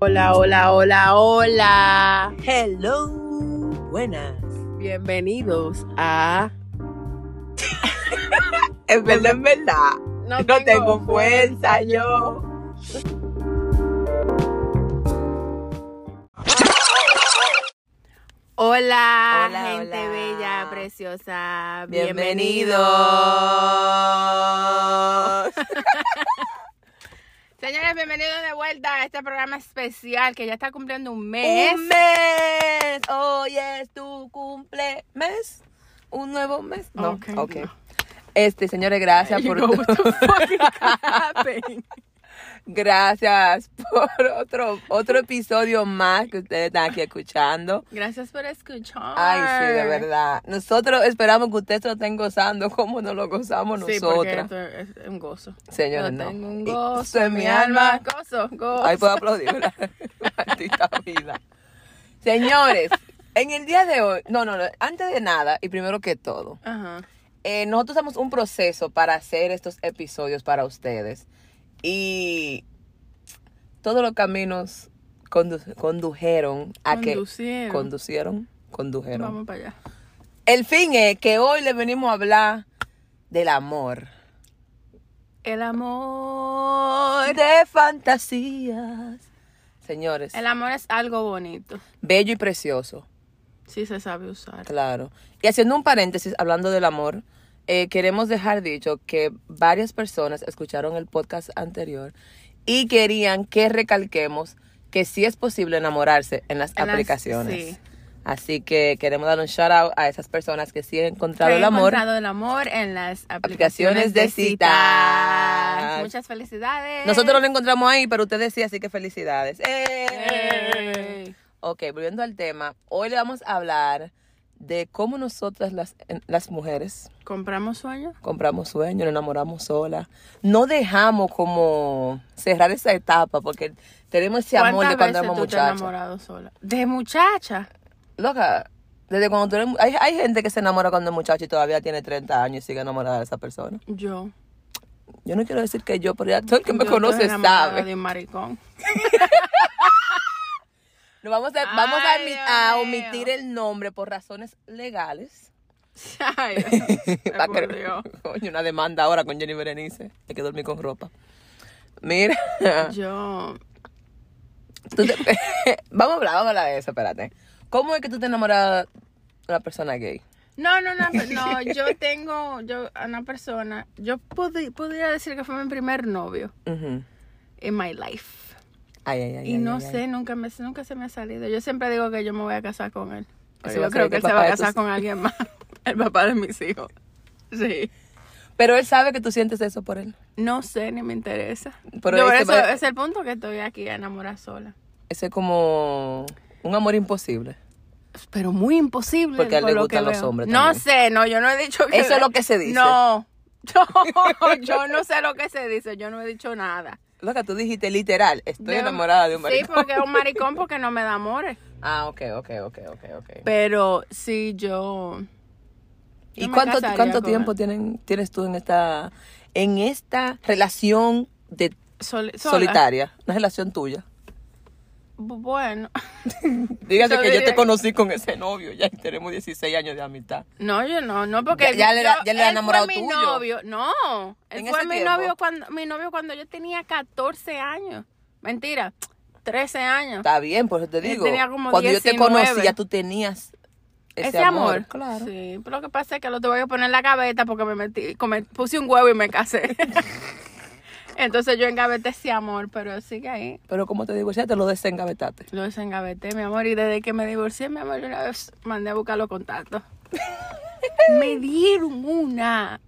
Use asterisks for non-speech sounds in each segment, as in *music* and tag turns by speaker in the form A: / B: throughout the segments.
A: Hola, hola, hola, hola.
B: Hello, buenas.
A: Bienvenidos a.
B: En verdad, en verdad,
A: No,
B: no tengo fuerza yo.
A: Hola,
B: Hola,
A: gente
B: hola.
A: bella, preciosa.
B: Bienvenidos.
A: Señores, bienvenidos de vuelta a este programa especial que ya está cumpliendo un mes. *laughs*
B: Un mes. Hoy es tu cumple mes. Un nuevo mes. No,
A: Ok,
B: ok.
A: no.
B: Este, señores, gracias
A: You
B: por
A: know
B: *laughs*
A: what the fuck is happening.
B: gracias por otro otro episodio más que ustedes están aquí escuchando.
A: Gracias por escuchar.
B: Ay, sí, de verdad. Nosotros esperamos que ustedes lo estén gozando como nos lo gozamos
A: Sí, porque
B: nosotras.
A: esto es un gozo.
B: Señores,
A: Yo
B: no.
A: tengo
B: Y-
A: un gozo
B: esto
A: en mi alma. Gozo, gozo.
B: Ahí
A: *laughs*
B: puedo aplaudir. *laughs* ¿verdad? Maldita vida. Señores, en el día de hoy, no, no, no, antes de nada y primero que todo,
A: Ajá.
B: eh, nosotros hacemos un proceso para hacer estos episodios para ustedes. Y todos los caminos condu- condujeron a que...
A: Conducieron.
B: Conducieron. Condujeron.
A: Vamos para allá.
B: El fin es que hoy le venimos a hablar del amor.
A: El amor.
B: De fantasías. Señores,
A: El amor es algo bonito.
B: bello y precioso.
A: Si se sabe usar.
B: Claro. Y haciendo un paréntesis, hablando del amor, eh, queremos dejar dicho que varias personas escucharon el podcast anterior y querían que recalquemos que sí es posible enamorarse en las
A: En las-
B: aplicaciones.
A: sí.
B: Así que queremos dar un shout out a esas personas que sí han encontrado
A: Que he
B: el amor.
A: encontrado el amor en las aplicaciones,
B: Aplicaciones
A: de
B: de
A: citas.
B: citas.
A: Muchas felicidades.
B: Nosotros lo encontramos ahí, pero ustedes sí, así que felicidades. ¡Eh!
A: Ey.
B: Ok, volviendo al tema, hoy le vamos a hablar de cómo nosotras las, en- las mujeres
A: ¿Compramos sueño?
B: compramos sueños, nos enamoramos solas, no dejamos como cerrar esa etapa porque tenemos ese amor
A: ¿Cuántas
B: de cuando
A: veces
B: éramos
A: tú te has
B: muchachos.
A: enamorado sola? ¿De muchacha?
B: Loca, desde cuando tú eres mu- hay, hay gente que se enamora cuando es muchacho y todavía tiene 30 años y sigue enamorada de esa persona.
A: Yo.
B: Yo no quiero decir que yo, pero ya todo el que me
A: Yo
B: conoce
A: estoy enamorada
B: sabe.
A: de un maricón. *laughs*
B: Nos vamos a, vamos a
A: Ay,
B: omi-
A: Dios
B: a
A: mío.
B: omitir el nombre por razones legales.
A: Ay, me
B: *laughs* Va a querer-
A: aburrió.
B: Coño, una demanda ahora con Jenny Berenice. Hay que dormir con ropa. Mira. *laughs*
A: Yo.
B: tú te- *laughs* vamos a hablar, vamos a hablar de eso, espérate. ¿Cómo es que tú te enamoras de una persona gay?
A: No, no, no, no,
B: *laughs*
A: yo tengo yo a una persona, yo podí- podría decir que fue mi primer novio
B: Ujú.
A: en my life.
B: Ay, ay, ay.
A: Y
B: ay,
A: no
B: ay,
A: sé, nunca me nunca se me ha salido. Yo siempre digo que yo me voy a casar con él.
B: Ay,
A: Así
B: va
A: yo
B: a
A: creo
B: ser
A: que
B: el
A: él se
B: papá
A: va a
B: de
A: casar
B: tus-
A: con alguien más. *laughs* El papá de mis hijos. Sí.
B: ay. Pero él sabe que tú sientes eso por él.
A: No sé, ni me interesa.
B: Pero este
A: Yo por
B: ese
A: eso
B: va-
A: es el punto que estoy aquí enamorada sola.
B: Ese es como un amor imposible.
A: Pero muy imposible.
B: Porque a él
A: por
B: le
A: lo
B: gustan
A: que
B: los
A: veo.
B: hombres
A: No
B: también.
A: sé, no, yo no he dicho que.
B: Eso es lo que se
A: *laughs*
B: dice.
A: No. Yo, yo no sé lo que se dice, yo no he dicho nada.
B: Lo que tú dijiste literal, estoy
A: Yo-
B: enamorada de un
A: Sí,
B: maricón.
A: porque es un maricón porque no me da amores.
B: *laughs* Ah, ok, ok, ok, ok, ok.
A: Pero sí, yo. yo
B: ¿Y
A: me
B: cuánto,
A: casaría
B: cuánto
A: con
B: tiempo
A: él.
B: tienen, tienes tú en esta, en esta relación de
A: Sol- sola.
B: solitaria? Una relación tuya.
A: Bu- Bueno.
B: Dígase que yo
A: Solitaria.
B: te conocí con ese novio, ya y tenemos 16 años de amistad.
A: No, yo no, no, porque.
B: Ya- ya le era-
A: yo-
B: ya le era
A: él fue
B: enamorado
A: mi
B: tuyo.
A: novio. No. Él
B: En
A: fue
B: ese
A: mi
B: tiempo.
A: novio, cuando, mi novio cuando yo tenía 14 años. Mentira, 13 años.
B: Está bien, por eso te
A: Él
B: digo.
A: tenía como
B: Cuando yo te
A: 19.
B: conocí, ya tú tenías ese, amor. Claro.
A: Sí, pero lo que pasa es que lo tuve que poner en la gaveta porque me metí, come- puse un huevo y me
B: *laughs*
A: casé. Entonces yo engaveté ese amor, pero sigue ahí.
B: Pero como te digo, ya te lo desengavetaste.
A: Lo desengaveté, mi amor, y desde que me divorcié, mi amor, yo una vez mandé a buscar los
B: *laughs*
A: contactos. me dieron una.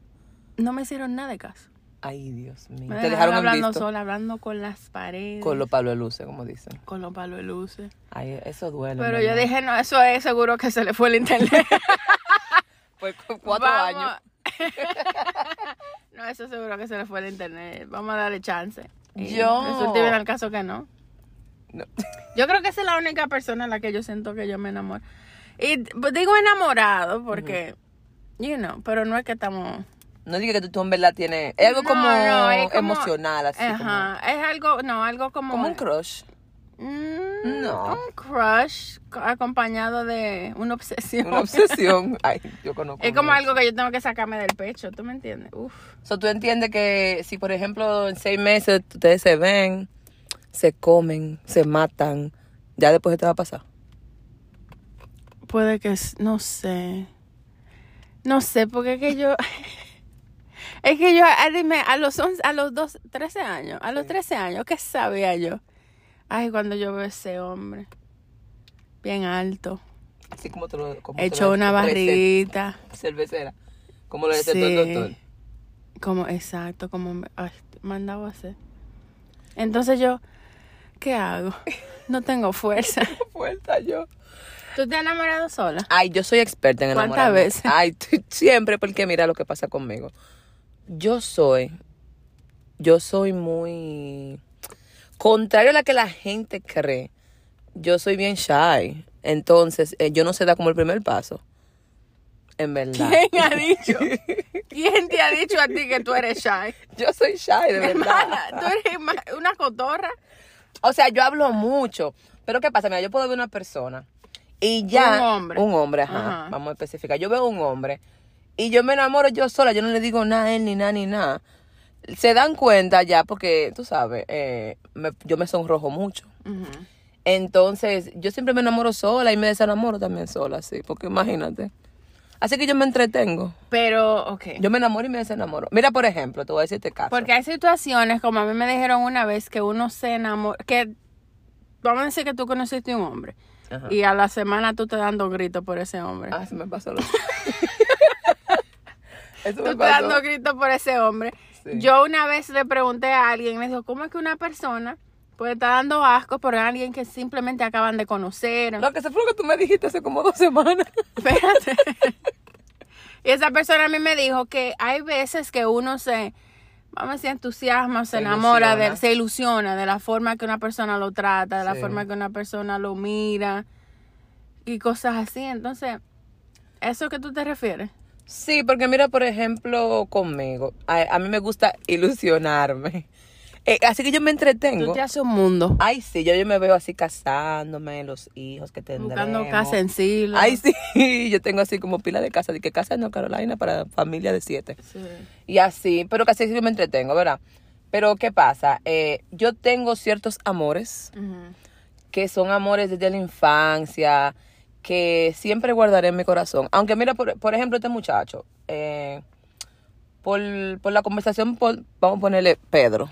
A: No me hicieron nada de caso.
B: Ay, Dios mío.
A: Me
B: te dejaron en
A: hablando
B: visto
A: sola, hablando con las paredes,
B: con los Pablo de Luce, como dicen.
A: con los palos de luces.
B: Ay, eso duele.
A: Pero
B: mi
A: yo
B: amor.
A: dije, no, eso es seguro que se le fue el internet.
B: Fue cu- cuatro
A: Vamos.
B: años.
A: *laughs* no, eso seguro que se le fue el internet. Vamos a darle chance. Y
B: Yo-
A: Resulta bien al caso que no.
B: No.
A: Yo creo que esa es la única persona en la que yo siento que yo me enamoro. Y pues, digo enamorado porque, you know, pero no es que estamos...
B: No diga que tú, tú en verdad tienes. Es algo
A: No,
B: como,
A: no, es como-
B: emocional, así
A: Ajá, es algo, no, algo como...
B: *laughs* como. Como un crush.
A: Mm,
B: No.
A: Un crush co- acompañado de una obsesión.
B: Una obsesión. Ay, yo conozco.
A: es como
B: uno.
A: algo que yo tengo que sacarme del pecho, ¿tú me entiendes? Uf.
B: So, tú entiendes que si, por ejemplo, en seis meses ustedes se ven, se comen, se matan, ya después te va a pasar.
A: Puede que, s- no sé. No sé, porque es que yo... *laughs* es que yo, ah, dime, a los 11, a los 12, 13 años, a los 13 años, ¿qué sabía yo? Ay, cuando yo veo ese hombre, bien alto,
B: Así como te lo. Como te
A: hecho
B: lo-
A: una
B: como le dice
A: barriguita.
B: Cervecera. Como lo dice todo el
A: Sí.
B: doctor.
A: Como, exacto, como me- ay, mandaba a hacer. Entonces yo, ¿qué *laughs* hago? No tengo fuerza.
B: Fuerza yo.
A: ¿Tú te has enamorado sola?
B: Ay, yo soy experta en
A: ¿Cuántas
B: enamorarme.
A: veces?
B: *laughs* Ay, tú- siempre, porque mira lo que pasa conmigo. Yo soy, yo soy muy, contrario a la que la gente cree, yo soy bien shy. Entonces, eh, yo no se da como el primer paso. En verdad.
A: ¿Quién ha dicho? ¿Quién te ha dicho a ti que tú eres shy?
B: Yo soy shy, de
A: Hermana,
B: verdad.
A: tú eres ma- una cotorra.
B: O sea, yo hablo mucho. Pero ¿qué pasa? Mira, yo puedo ver una persona y ya.
A: Un hombre.
B: Un hombre, ajá.
A: Ajá.
B: Vamos a especificar. Yo veo un hombre y yo me enamoro yo sola. Yo no le digo nada a él ni nada ni nada. Se dan cuenta ya porque, tú sabes, eh, me- yo me sonrojo mucho.
A: Ujú.
B: Entonces, yo siempre me enamoro sola y me desenamoro también sola, sí. Porque imagínate. Así que yo me entretengo.
A: Pero, ok.
B: Yo me enamoro y me desenamoro. Mira, por ejemplo, te voy a decir este caso.
A: Porque hay situaciones, como a mí me dijeron una vez, que uno se enamora, que vamos a decir que tú conociste un hombre
B: Ajá.
A: y a la semana tú te dando gritos por ese hombre.
B: Ah, se me pasó lo *laughs* Eso
A: Tú
B: me
A: estás
B: pasó.
A: dando gritos por ese hombre.
B: Sí.
A: Yo una vez le pregunté a alguien, le dijo, ¿cómo es que una persona puede estar dando asco por alguien que simplemente acaban de conocer?
B: No, que se fue lo que tú me dijiste hace como dos semanas.
A: Espérate. *laughs* y esa persona a mí me dijo que hay veces que uno se, vamos a decir, entusiasma, se,
B: Se
A: enamora, de-
B: ilusiona.
A: se ilusiona de la forma que una persona lo trata, de la
B: Sí.
A: forma que una persona lo mira y cosas así. Entonces, ¿eso que tú te refieres?
B: Sí, porque mira, por ejemplo, conmigo. A, a mí me gusta ilusionarme. Eh, así que yo me
A: Tú
B: entretengo.
A: te haces un mundo.
B: Ay, sí, yo, yo me veo así casándome, los hijos que tendremos.
A: Buscando casa en silo.
B: Ay, sí, *laughs* yo tengo así como pila de casa. De que casa en North Carolina para familia de siete.
A: Sí.
B: Y así, pero casi yo me entretengo, ¿verdad? Pero, ¿qué pasa? Eh, yo tengo ciertos amores.
A: Ujú.
B: que son amores desde la infancia, que siempre guardaré en mi corazón. Aunque mira, por, por ejemplo, este muchacho, eh, por, por la conversación, por- vamos a ponerle Pedro.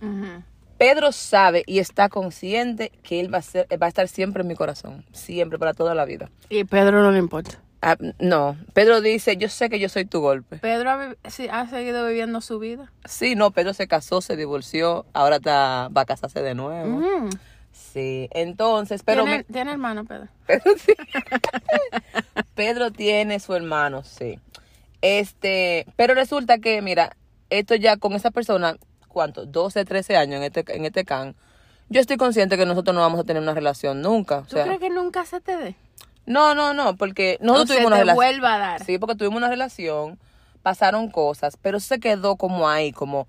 A: Ujú.
B: Pedro sabe y está consciente que él va a, ser, va a estar siempre en mi corazón, siempre, para toda la vida.
A: Y Pedro no le importa.
B: Ah, no, Pedro dice, yo sé que yo soy tu golpe.
A: Pedro ha, vi- sí, ha seguido viviendo su vida.
B: Sí, no, Pedro se casó, se divorció, ahora está, va a casarse de nuevo.
A: Ujú.
B: Sí, entonces, pero...
A: ¿Tiene,
B: mi-
A: tiene hermano, Pedro.
B: Pedro sí. *laughs* Pedro tiene su hermano, sí. Este, pero resulta que, mira, esto ya con esa persona, ¿cuánto? 12, 13 años en este, en este can. Yo estoy consciente que nosotros no vamos a tener una relación nunca. O
A: ¿Tú
B: sea,
A: crees que nunca se te dé?
B: no, no, no, porque nosotros
A: O se
B: tuvimos una
A: te
B: relación.
A: vuelva a dar.
B: Sí, porque tuvimos una relación, pasaron cosas, pero se quedó como ahí, como,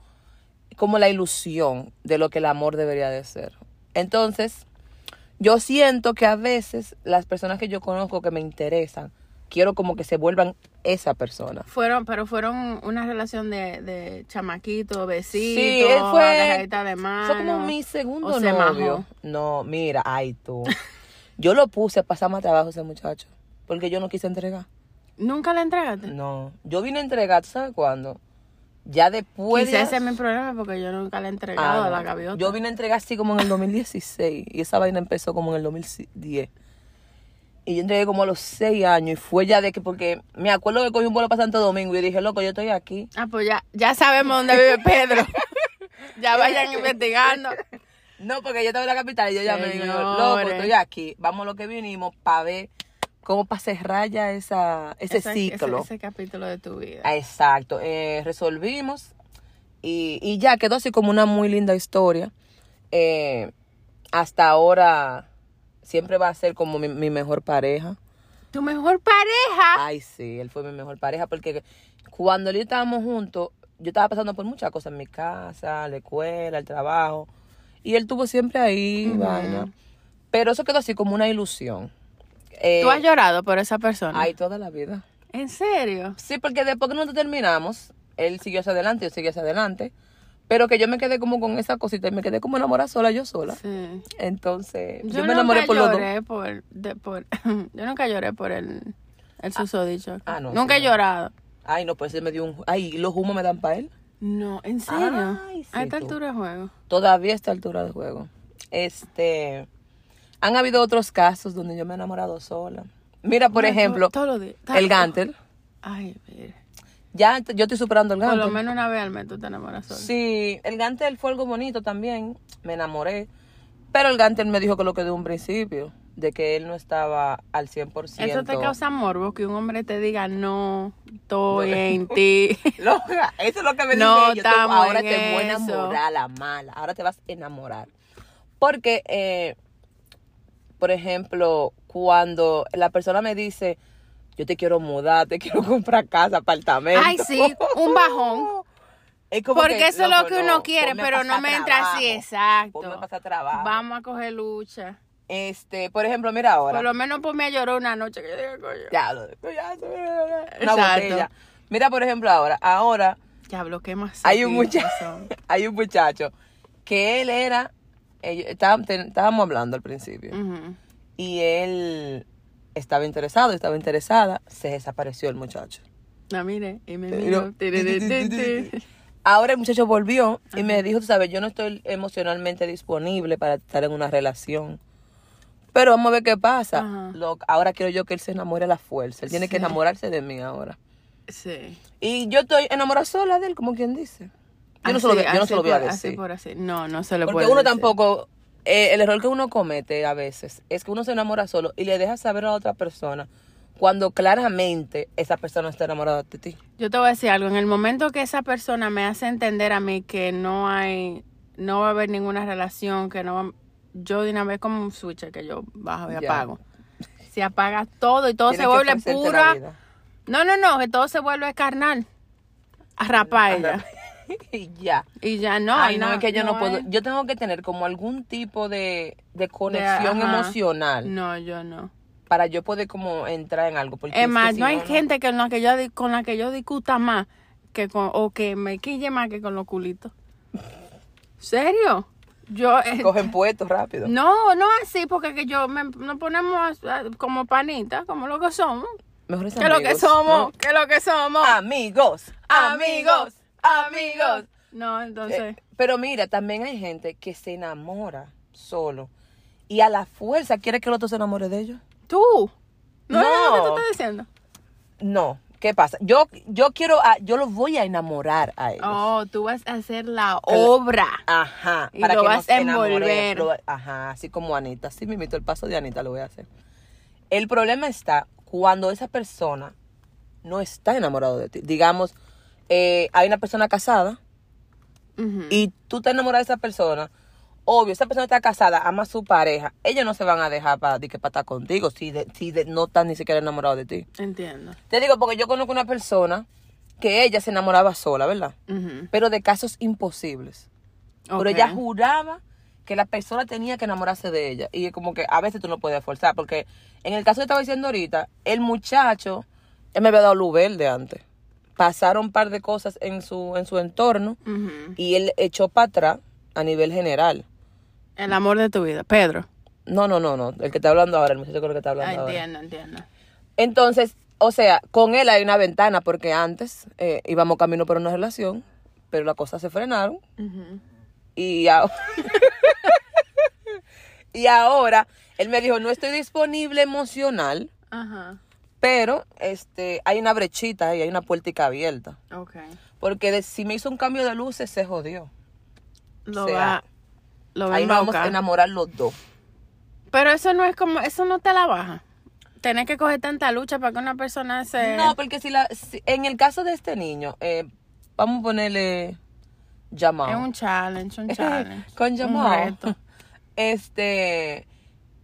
B: como la ilusión de lo que el amor debería de ser. Entonces, yo siento que a veces las personas que yo conozco que me interesan, quiero como que se vuelvan esa persona.
A: Fueron, pero fueron una relación de, de chamaquito, besito,
B: Sí, él fue-
A: agarradita de mano.
B: Fue como mi segundo
A: o se
B: novio.
A: majó.
B: No, mira, ay
A: *laughs*
B: tú. Yo lo puse a pasar más trabajo ese muchacho, porque yo no quise entregar.
A: ¿Nunca la entregaste?
B: No, yo vine a entregar, ¿tú sabes cuándo? Ya después... de-
A: Quizás ese es mi problema porque yo nunca la he
B: Ah,
A: entregado a
B: no.
A: la gaviota.
B: Yo vine a entregar así como en el 2016 y esa vaina empezó como en el 2010. Y yo entregué como a los 6 años y fue ya de que, porque me acuerdo que cogí un vuelo para Santo Domingo y dije, loco, yo estoy aquí.
A: Ah, pues ya, ya sabemos dónde vive
B: *laughs*
A: Pedro. ya vayan investigando.
B: No, porque yo estaba en la capital y yo llamé y digo, loco,
A: Señores.
B: estoy aquí. Vamos lo que vinimos para ver cómo para cerrar ya esa, ese
A: Esa-
B: ciclo.
A: Ese, ese capítulo de tu vida.
B: Ah, Exacto. Eh, resolvimos y, y ya quedó así como una muy linda historia. Eh, hasta ahora siempre va a ser como mi, mi mejor pareja.
A: Tu mejor pareja.
B: Ay, sí, él fue mi mejor pareja porque cuando él y yo estábamos juntos, yo estaba pasando por muchas cosas en mi casa, la escuela, el trabajo. Y él tuvo siempre ahí, vaina. Pero eso quedó así como una ilusión. Eh,
A: ¿Tú has llorado por esa persona?
B: ay, toda la vida.
A: ¿En serio?
B: Sí, porque después que nosotros terminamos, él siguió hacia adelante, yo seguí hacia adelante. Pero que yo me quedé como con esa cosita y me quedé como enamorada sola, yo sola.
A: Sí.
B: Entonces, yo,
A: Yo,
B: me enamoré
A: nunca
B: por los dos.
A: lloré por, de- por- *laughs* yo nunca lloré por el, el susodicho.
B: ah, no,
A: nunca
B: sí,
A: he llorado.
B: Ay, no, pues él me dio un. Ay, los humos me dan para él.
A: No, ¿en serio?
B: Ay, sí,
A: a esta
B: tú.
A: altura de juego.
B: Todavía a esta altura del juego. Este. Han habido otros casos donde yo me he enamorado sola. Mira, por
A: Bueno,
B: ejemplo,
A: todos los días.
B: el Gantel.
A: Ay, mira.
B: Ya ent- yo estoy superando el
A: Por lo
B: Gantel.
A: menos una vez al mes tú te enamoras sola.
B: Sí, el Gantel fue algo bonito también. Me enamoré. Pero el Gantel me dijo que lo que de un principio, de que él no estaba al 100%.
A: Eso te causa morbo que un hombre te diga no, estoy
B: *laughs*
A: en ti.
B: *laughs* Loca, eso es lo que me
A: No
B: dice ella. Tú
A: estamos
B: ahora
A: en
B: te voy a
A: eso.
B: enamorar, la mala. Ahora te vas a enamorar. Porque, eh, por ejemplo, cuando la persona me dice, yo te quiero mudar, te *laughs* quiero comprar casa, apartamento.
A: Ay, sí, un bajón.
B: *laughs* Es como
A: Porque
B: que,
A: eso es lo
B: loco,
A: que
B: no,
A: uno quiere,
B: ponme a
A: pero no
B: pasar
A: me entra así,
B: trabajo, Ponme a
A: exacto.
B: pasar trabajo.
A: Vamos a coger lucha.
B: Este, por ejemplo, mira ahora.
A: Por lo menos pues me lloró una noche que yo digo, coño.
B: Ya, lo- ya, una
A: Exacto.
B: botella. Mira, por ejemplo, ahora. Ahora
A: Diablo, qué más.
B: hay un
A: saditas
B: muchacho
A: son.
B: *laughs* hay un muchacho que él era ellos- estaba- te- estábamos hablando al principio
A: Ujú.
B: y él estaba interesado estaba interesada se desapareció el muchacho
A: No, Ah, mire, y me
B: Y
A: miró.
B: no- *laughs* ahora el muchacho volvió y me dijo tú sabes yo no estoy emocionalmente disponible para estar en una relación pero vamos a ver qué pasa
A: Ajá.
B: Lo- ahora quiero yo que él se enamore a la fuerza él tiene que
A: Sí.
B: enamorarse de mí ahora
A: Sí.
B: y yo estoy enamorada sola de él como quien dice yo no se lo,
A: Así-
B: yo no se lo
A: así
B: voy a
A: por- así
B: decir
A: por así. No, no se lo
B: Porque
A: puede
B: uno
A: decir.
B: tampoco, eh, el error que uno comete a veces es que uno se enamora solo y le deja saber a la otra persona cuando claramente esa persona está enamorada de ti.
A: Yo te voy a decir algo. En el momento que esa persona me hace entender a mí que no hay, no va a haber ninguna relación, que no va, yo de una vez como un switch que yo bajo y
B: Ya.
A: apago. Se apaga todo y todo
B: Tienes
A: se
B: que
A: vuelve
B: ofrecerte la
A: pura.
B: vida.
A: No, no, no, que todo se vuelve carnal. A rapaella.
B: *laughs* y ya.
A: Y ya no.
B: Ay,
A: hay
B: no,
A: nada,
B: es que yo no, puedo.
A: hay-
B: Yo tengo que tener como algún tipo de, de conexión
A: ajá.
B: emocional
A: No, yo no.
B: para yo poder como entrar en algo. Porque
A: Es más,
B: si
A: no hay gente que con la que yo di- con la que yo discuta más que con o que me quille más que con los
B: *laughs*
A: culitos. ¿Serio? Yo eh,
B: *laughs* Cogen puestos rápido.
A: no, no así porque que yo me, nos ponemos ah, como panitas, como lo que somos,
B: Mejores
A: que lo que
B: amigos,
A: somos,
B: ¿no?
A: que lo que somos,
B: Amigos, amigos, amigos.
A: No, entonces,
B: Eh, pero mira, también hay gente que se enamora solo y a la fuerza quiere que el otro se enamore de ellos.
A: tú. No, es lo que
B: No.
A: tú estás diciendo.
B: No, ¿qué pasa? Yo, yo quiero, a- yo los voy a enamorar a ellos.
A: Oh, tú vas a hacer la obra.
B: Ah. Ajá,
A: Y lo vas
B: nos
A: a
B: enamoremos.
A: envolver.
B: Lo- ajá, así como Anita. Así me invito el paso de Anita, lo voy a hacer. El problema está cuando esa persona no está enamorada de ti. Digamos, eh, hay una persona casada
A: Ujú.
B: y tú te enamoras de esa persona, obvio, esa persona está casada, ama a su pareja, ellos no se van a dejar para, que, para estar contigo si, de- si de- no están ni siquiera enamorados de ti.
A: Entiendo.
B: Te digo, porque yo conozco una persona que ella se enamoraba sola, ¿verdad?
A: Ujú.
B: Pero de casos imposibles. Pero
A: Ok.
B: ella juraba que la persona tenía que enamorarse de ella. Y es como que a veces tú no puedes forzar, porque en el caso que estaba diciendo ahorita, el muchacho, él me había dado luz verde antes. Pasaron un par de cosas en su, en su entorno
A: Ujú.
B: y él echó para atrás a nivel general.
A: El amor de tu vida, Pedro.
B: No, no, no, no. El que está hablando ahora, el muchacho con el que está
A: Ah,
B: hablando ahora.
A: entiendo, entiendo.
B: Entonces, o sea, con él hay una ventana porque antes eh, íbamos camino por una relación, pero las cosas se frenaron y ahora... *laughs* y ahora él me dijo, no estoy disponible emocional,
A: Ajá.
B: pero este hay una brechita y hay una puertica abierta.
A: Ok.
B: Porque de- si me hizo un cambio de luces, se jodió.
A: Lo
B: O sea,
A: va. Lo va a
B: Ahí nos vamos a
A: embaucar.
B: enamorar los dos.
A: Pero eso no es como. Eso no te la baja. Tener que coger tanta lucha para que una persona se.
B: No, porque si la, si- en el caso de este niño, eh, vamos a ponerle
A: Es
B: llamado.
A: un
B: *laughs*
A: challenge, un challenge.
B: Con
A: Un
B: llamado. *laughs*
A: reto.
B: Este,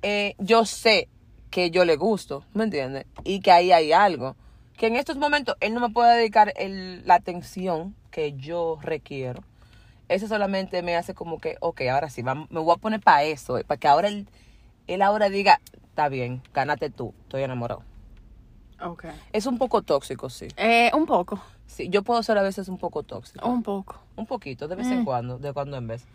B: eh, yo sé que yo le gusto, ¿me entiendes? Y que ahí hay algo. Que en estos momentos él no me puede dedicar el- la atención que yo requiero. eso solamente me hace como que, ok, ahora sí, vam- me voy a poner para eso, eh, para que ahora él, él ahora diga, está bien, gánate tú, estoy enamorado.
A: Ok.
B: Es un poco tóxico, sí.
A: Eh, un poco,
B: sí. Yo puedo ser a veces un poco tóxico.
A: un poco.
B: Un poquito, de vez en cuando, de cuando en vez.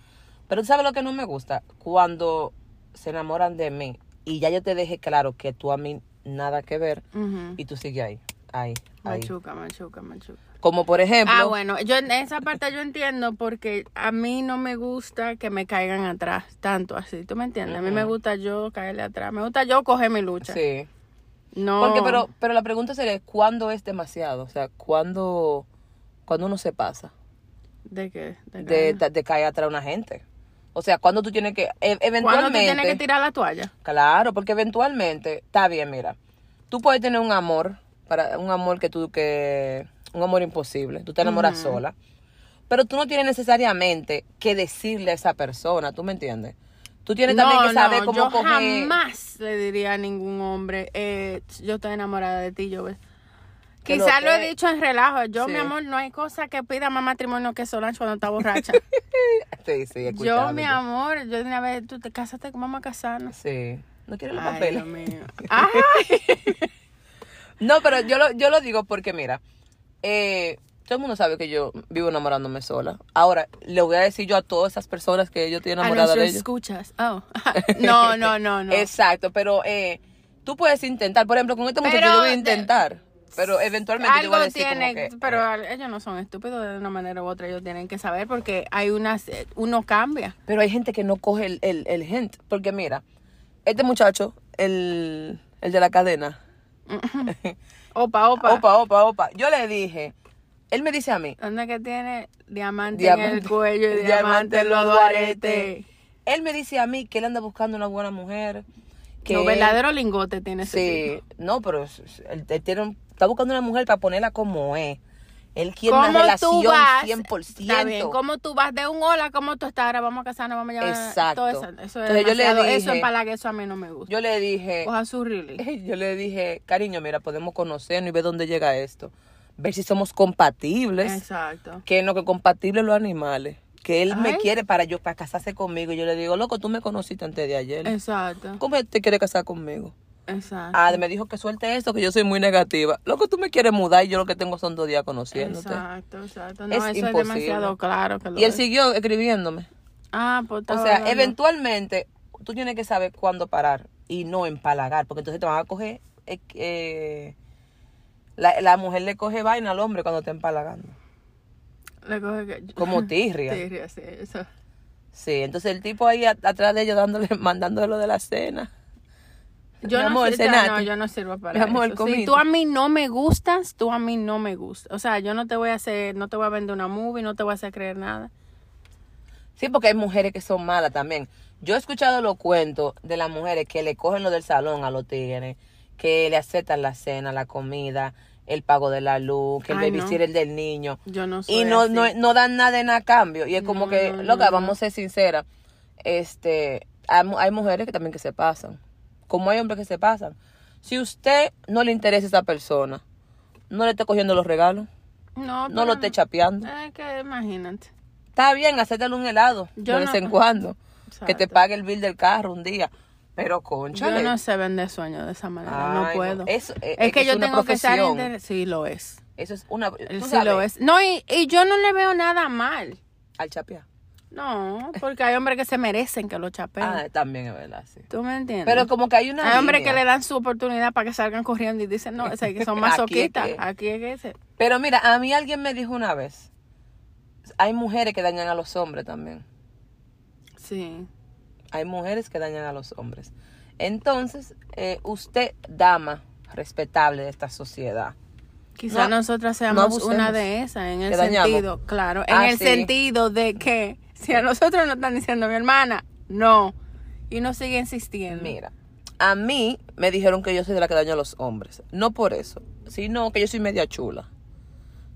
B: Pero tú sabes lo que no me gusta, cuando se enamoran de mí y ya yo te dejé claro que tú a mí nada que ver
A: Ujú.
B: y tú sigues ahí, ahí, ahí.
A: Machuca, machuca, machuca.
B: Como por ejemplo,
A: Ah, bueno, yo en esa parte yo entiendo porque a mí no me gusta que me caigan atrás tanto así, ¿tú me entiendes? A mí me gusta yo caerle atrás, me gusta yo coger mi lucha.
B: sí.
A: No.
B: Porque, pero, pero la pregunta sería, ¿cuándo es demasiado? O sea, ¿cuándo, cuándo uno se pasa
A: ¿De qué? ¿De qué?
B: de, de, de caer atrás a una gente? O sea, ¿cuándo tú tienes que, e-
A: ¿Cuándo tú
B: eventualmente...
A: tienes que tirar la toalla?
B: Claro, porque eventualmente, está bien, mira, tú puedes tener un amor, para un amor que tú, que, un amor imposible, tú te enamoras sola, pero tú no tienes necesariamente que decirle a esa persona, ¿tú me entiendes? Tú tienes también que saber cómo
A: yo
B: coger...
A: jamás le diría a ningún hombre, eh, yo estoy enamorada de ti, yo.
B: Que lo
A: Quizás lo
B: que-
A: he dicho en relajo. Yo,
B: Sí.
A: mi amor, no hay cosa que pida más matrimonio que Solange cuando está
B: *laughs*
A: borracha.
B: Sí, sí, he
A: yo,
B: escuchado,
A: mi
B: yo-
A: amor, yo de una vez, tú te casaste con mamá casana.
B: Sí. No quiere los
A: Ay,
B: papeles.
A: Dios mío. *laughs* Ay,
B: No, pero yo lo, yo lo digo porque, mira, eh, todo el mundo sabe que yo vivo enamorándome sola. Ahora, le voy a decir yo a todas esas personas que yo estoy
A: a
B: enamorada de
A: nuestros
B: ellos.
A: escuchas. Oh. *laughs* No, no, no, no.
B: Exacto, pero eh, tú puedes intentar. Por ejemplo, con este muchacho
A: Pero
B: yo voy a
A: de-
B: intentar. Pero eventualmente yo voy a
A: Algo
B: decir como
A: tiene,
B: que,
A: pero
B: eh,
A: al- ellos no son estúpidos de una manera u otra, ellos tienen que saber porque hay unas, eh, uno cambia.
B: Pero hay gente que no coge el, el, el hint. Porque mira, este muchacho, el, el de la cadena.
A: Opa, opa.
B: Opa, opa, opa. Yo le dije, él me dice a mí,
A: ¿Dónde que tiene diamante, en el
B: Diamante-
A: cuello
B: *laughs*
A: y diamante en los dos aretes?
B: Él me dice a mí que él anda buscando una buena mujer. Que
A: Los verdaderos lingotes *laughs* tiene ese tipo.
B: Sí, no, pero es- es- él, él tiene un- está buscando una mujer para ponerla como es. Él quiere una relación 100%.
A: Está bien, ¿cómo tú vas de un hola? ¿Cómo tú estás? Ahora vamos a casarnos, vamos a llevar.
B: Exacto.
A: Todo eso, eso es
B: Entonces yo le
A: demasiado-
B: dije-
A: eso en Palague, eso a mí no me gusta.
B: Yo le dije,
A: Coja su really.
B: *laughs* yo le dije, cariño, mira, podemos conocernos y ver dónde llega esto. Ver si somos compatibles.
A: Exacto.
B: Que no, que compatibles los animales. Que él me
A: Ay.
B: quiere para yo para casarse conmigo. Y yo le digo, loco, tú me conociste antes de ayer.
A: Exacto.
B: ¿Cómo te quieres casar conmigo?
A: Exacto.
B: Ah, me dijo que suelte esto, que yo soy muy negativa. Loco, tú me quieres mudar y yo lo que tengo son dos días conociéndote.
A: Exacto, exacto. No,
B: Es
A: eso es
B: imposible.
A: demasiado claro que lo
B: Y él
A: es.
B: siguió escribiéndome.
A: Ah, pues
B: O
A: estaba
B: sea,
A: hablando.
B: eventualmente tú tienes que saber cuándo parar y no empalagar, porque entonces te van a coger. eh, eh, la, la mujer le coge vaina al hombre cuando está empalagando.
A: Le coge que-
B: Como tirria. sí.
A: Tirria, *laughs* sí, eso.
B: entonces el tipo ahí a- atrás de ellos dándole, *laughs* mandándole lo de la cena.
A: Yo
B: Mi
A: no,
B: amor,
A: sé-
B: cenate.
A: no, yo no sirvo para
B: Mi amor,
A: eso.
B: comiste.
A: Si tú a mí no me gustas, tú a mí no me gustas. O sea, yo no te voy a hacer, no te voy a vender una movie, no te voy a hacer creer nada.
B: Sí, porque hay mujeres que son malas también. Yo he escuchado los cuentos de las mujeres que le cogen lo del salón a los tigres, que le aceptan la cena, la comida, el pago de la luz, que el
A: Ay, no.
B: babysitter el del niño.
A: Yo no soy
B: y no,
A: así.
B: no, no dan nada en a cambio. Y es como
A: No,
B: que,
A: no,
B: loca,
A: no,
B: vamos a ser sinceras, este, hay, mu- hay mujeres que también que se pasan, como hay hombres que se pasan. Si usted no le interesa a esa persona, no le esté cogiendo los regalos,
A: No,
B: no
A: pero-
B: lo esté chapeando.
A: Es que imagínate.
B: Está bien, hacértelo un helado
A: Yo
B: de
A: no-
B: vez en cuando, que te
A: Exacto.
B: pague el bill del carro un día, pero
A: Yo
B: conchale.
A: no sé vender sueños de esa manera, no
B: Ay, no.
A: puedo.
B: Eso, eh,
A: es
B: eh,
A: que
B: es
A: yo
B: una
A: tengo que estar
B: profesión.
A: inter- Sí, lo es.
B: Eso es una...
A: Él
B: tú
A: sí lo
B: sabes,
A: es. No, y, y yo no le veo nada mal.
B: Al chapear.
A: No, porque hay hombres que se merecen que lo chapeen.
B: Ah, también es verdad, sí.
A: ¿Tú me entiendes?
B: Pero como que hay una
A: hay hombres
B: línea.
A: que le dan su oportunidad para que salgan corriendo y dicen, no, o sea, que son
B: *laughs* Aquí es
A: masoquistas.
B: que-
A: Aquí es que se...
B: Pero mira, a mí alguien me dijo una vez, hay mujeres que dañan a los hombres también.
A: Sí.
B: Hay mujeres que dañan a los hombres. Entonces, eh, usted, dama respetable de esta sociedad,
A: Quizás
B: No,
A: nosotras
B: no
A: seamos
B: abusemos.
A: una de esas, en el
B: Que dañamos.
A: sentido, claro, en
B: Ah,
A: el
B: sí.
A: sentido de que si a nosotros nos están diciendo, mi hermana, no, y nos sigue insistiendo.
B: mira, a mí me dijeron que yo soy de la que daño a los hombres. No por eso, sino que yo soy media chula.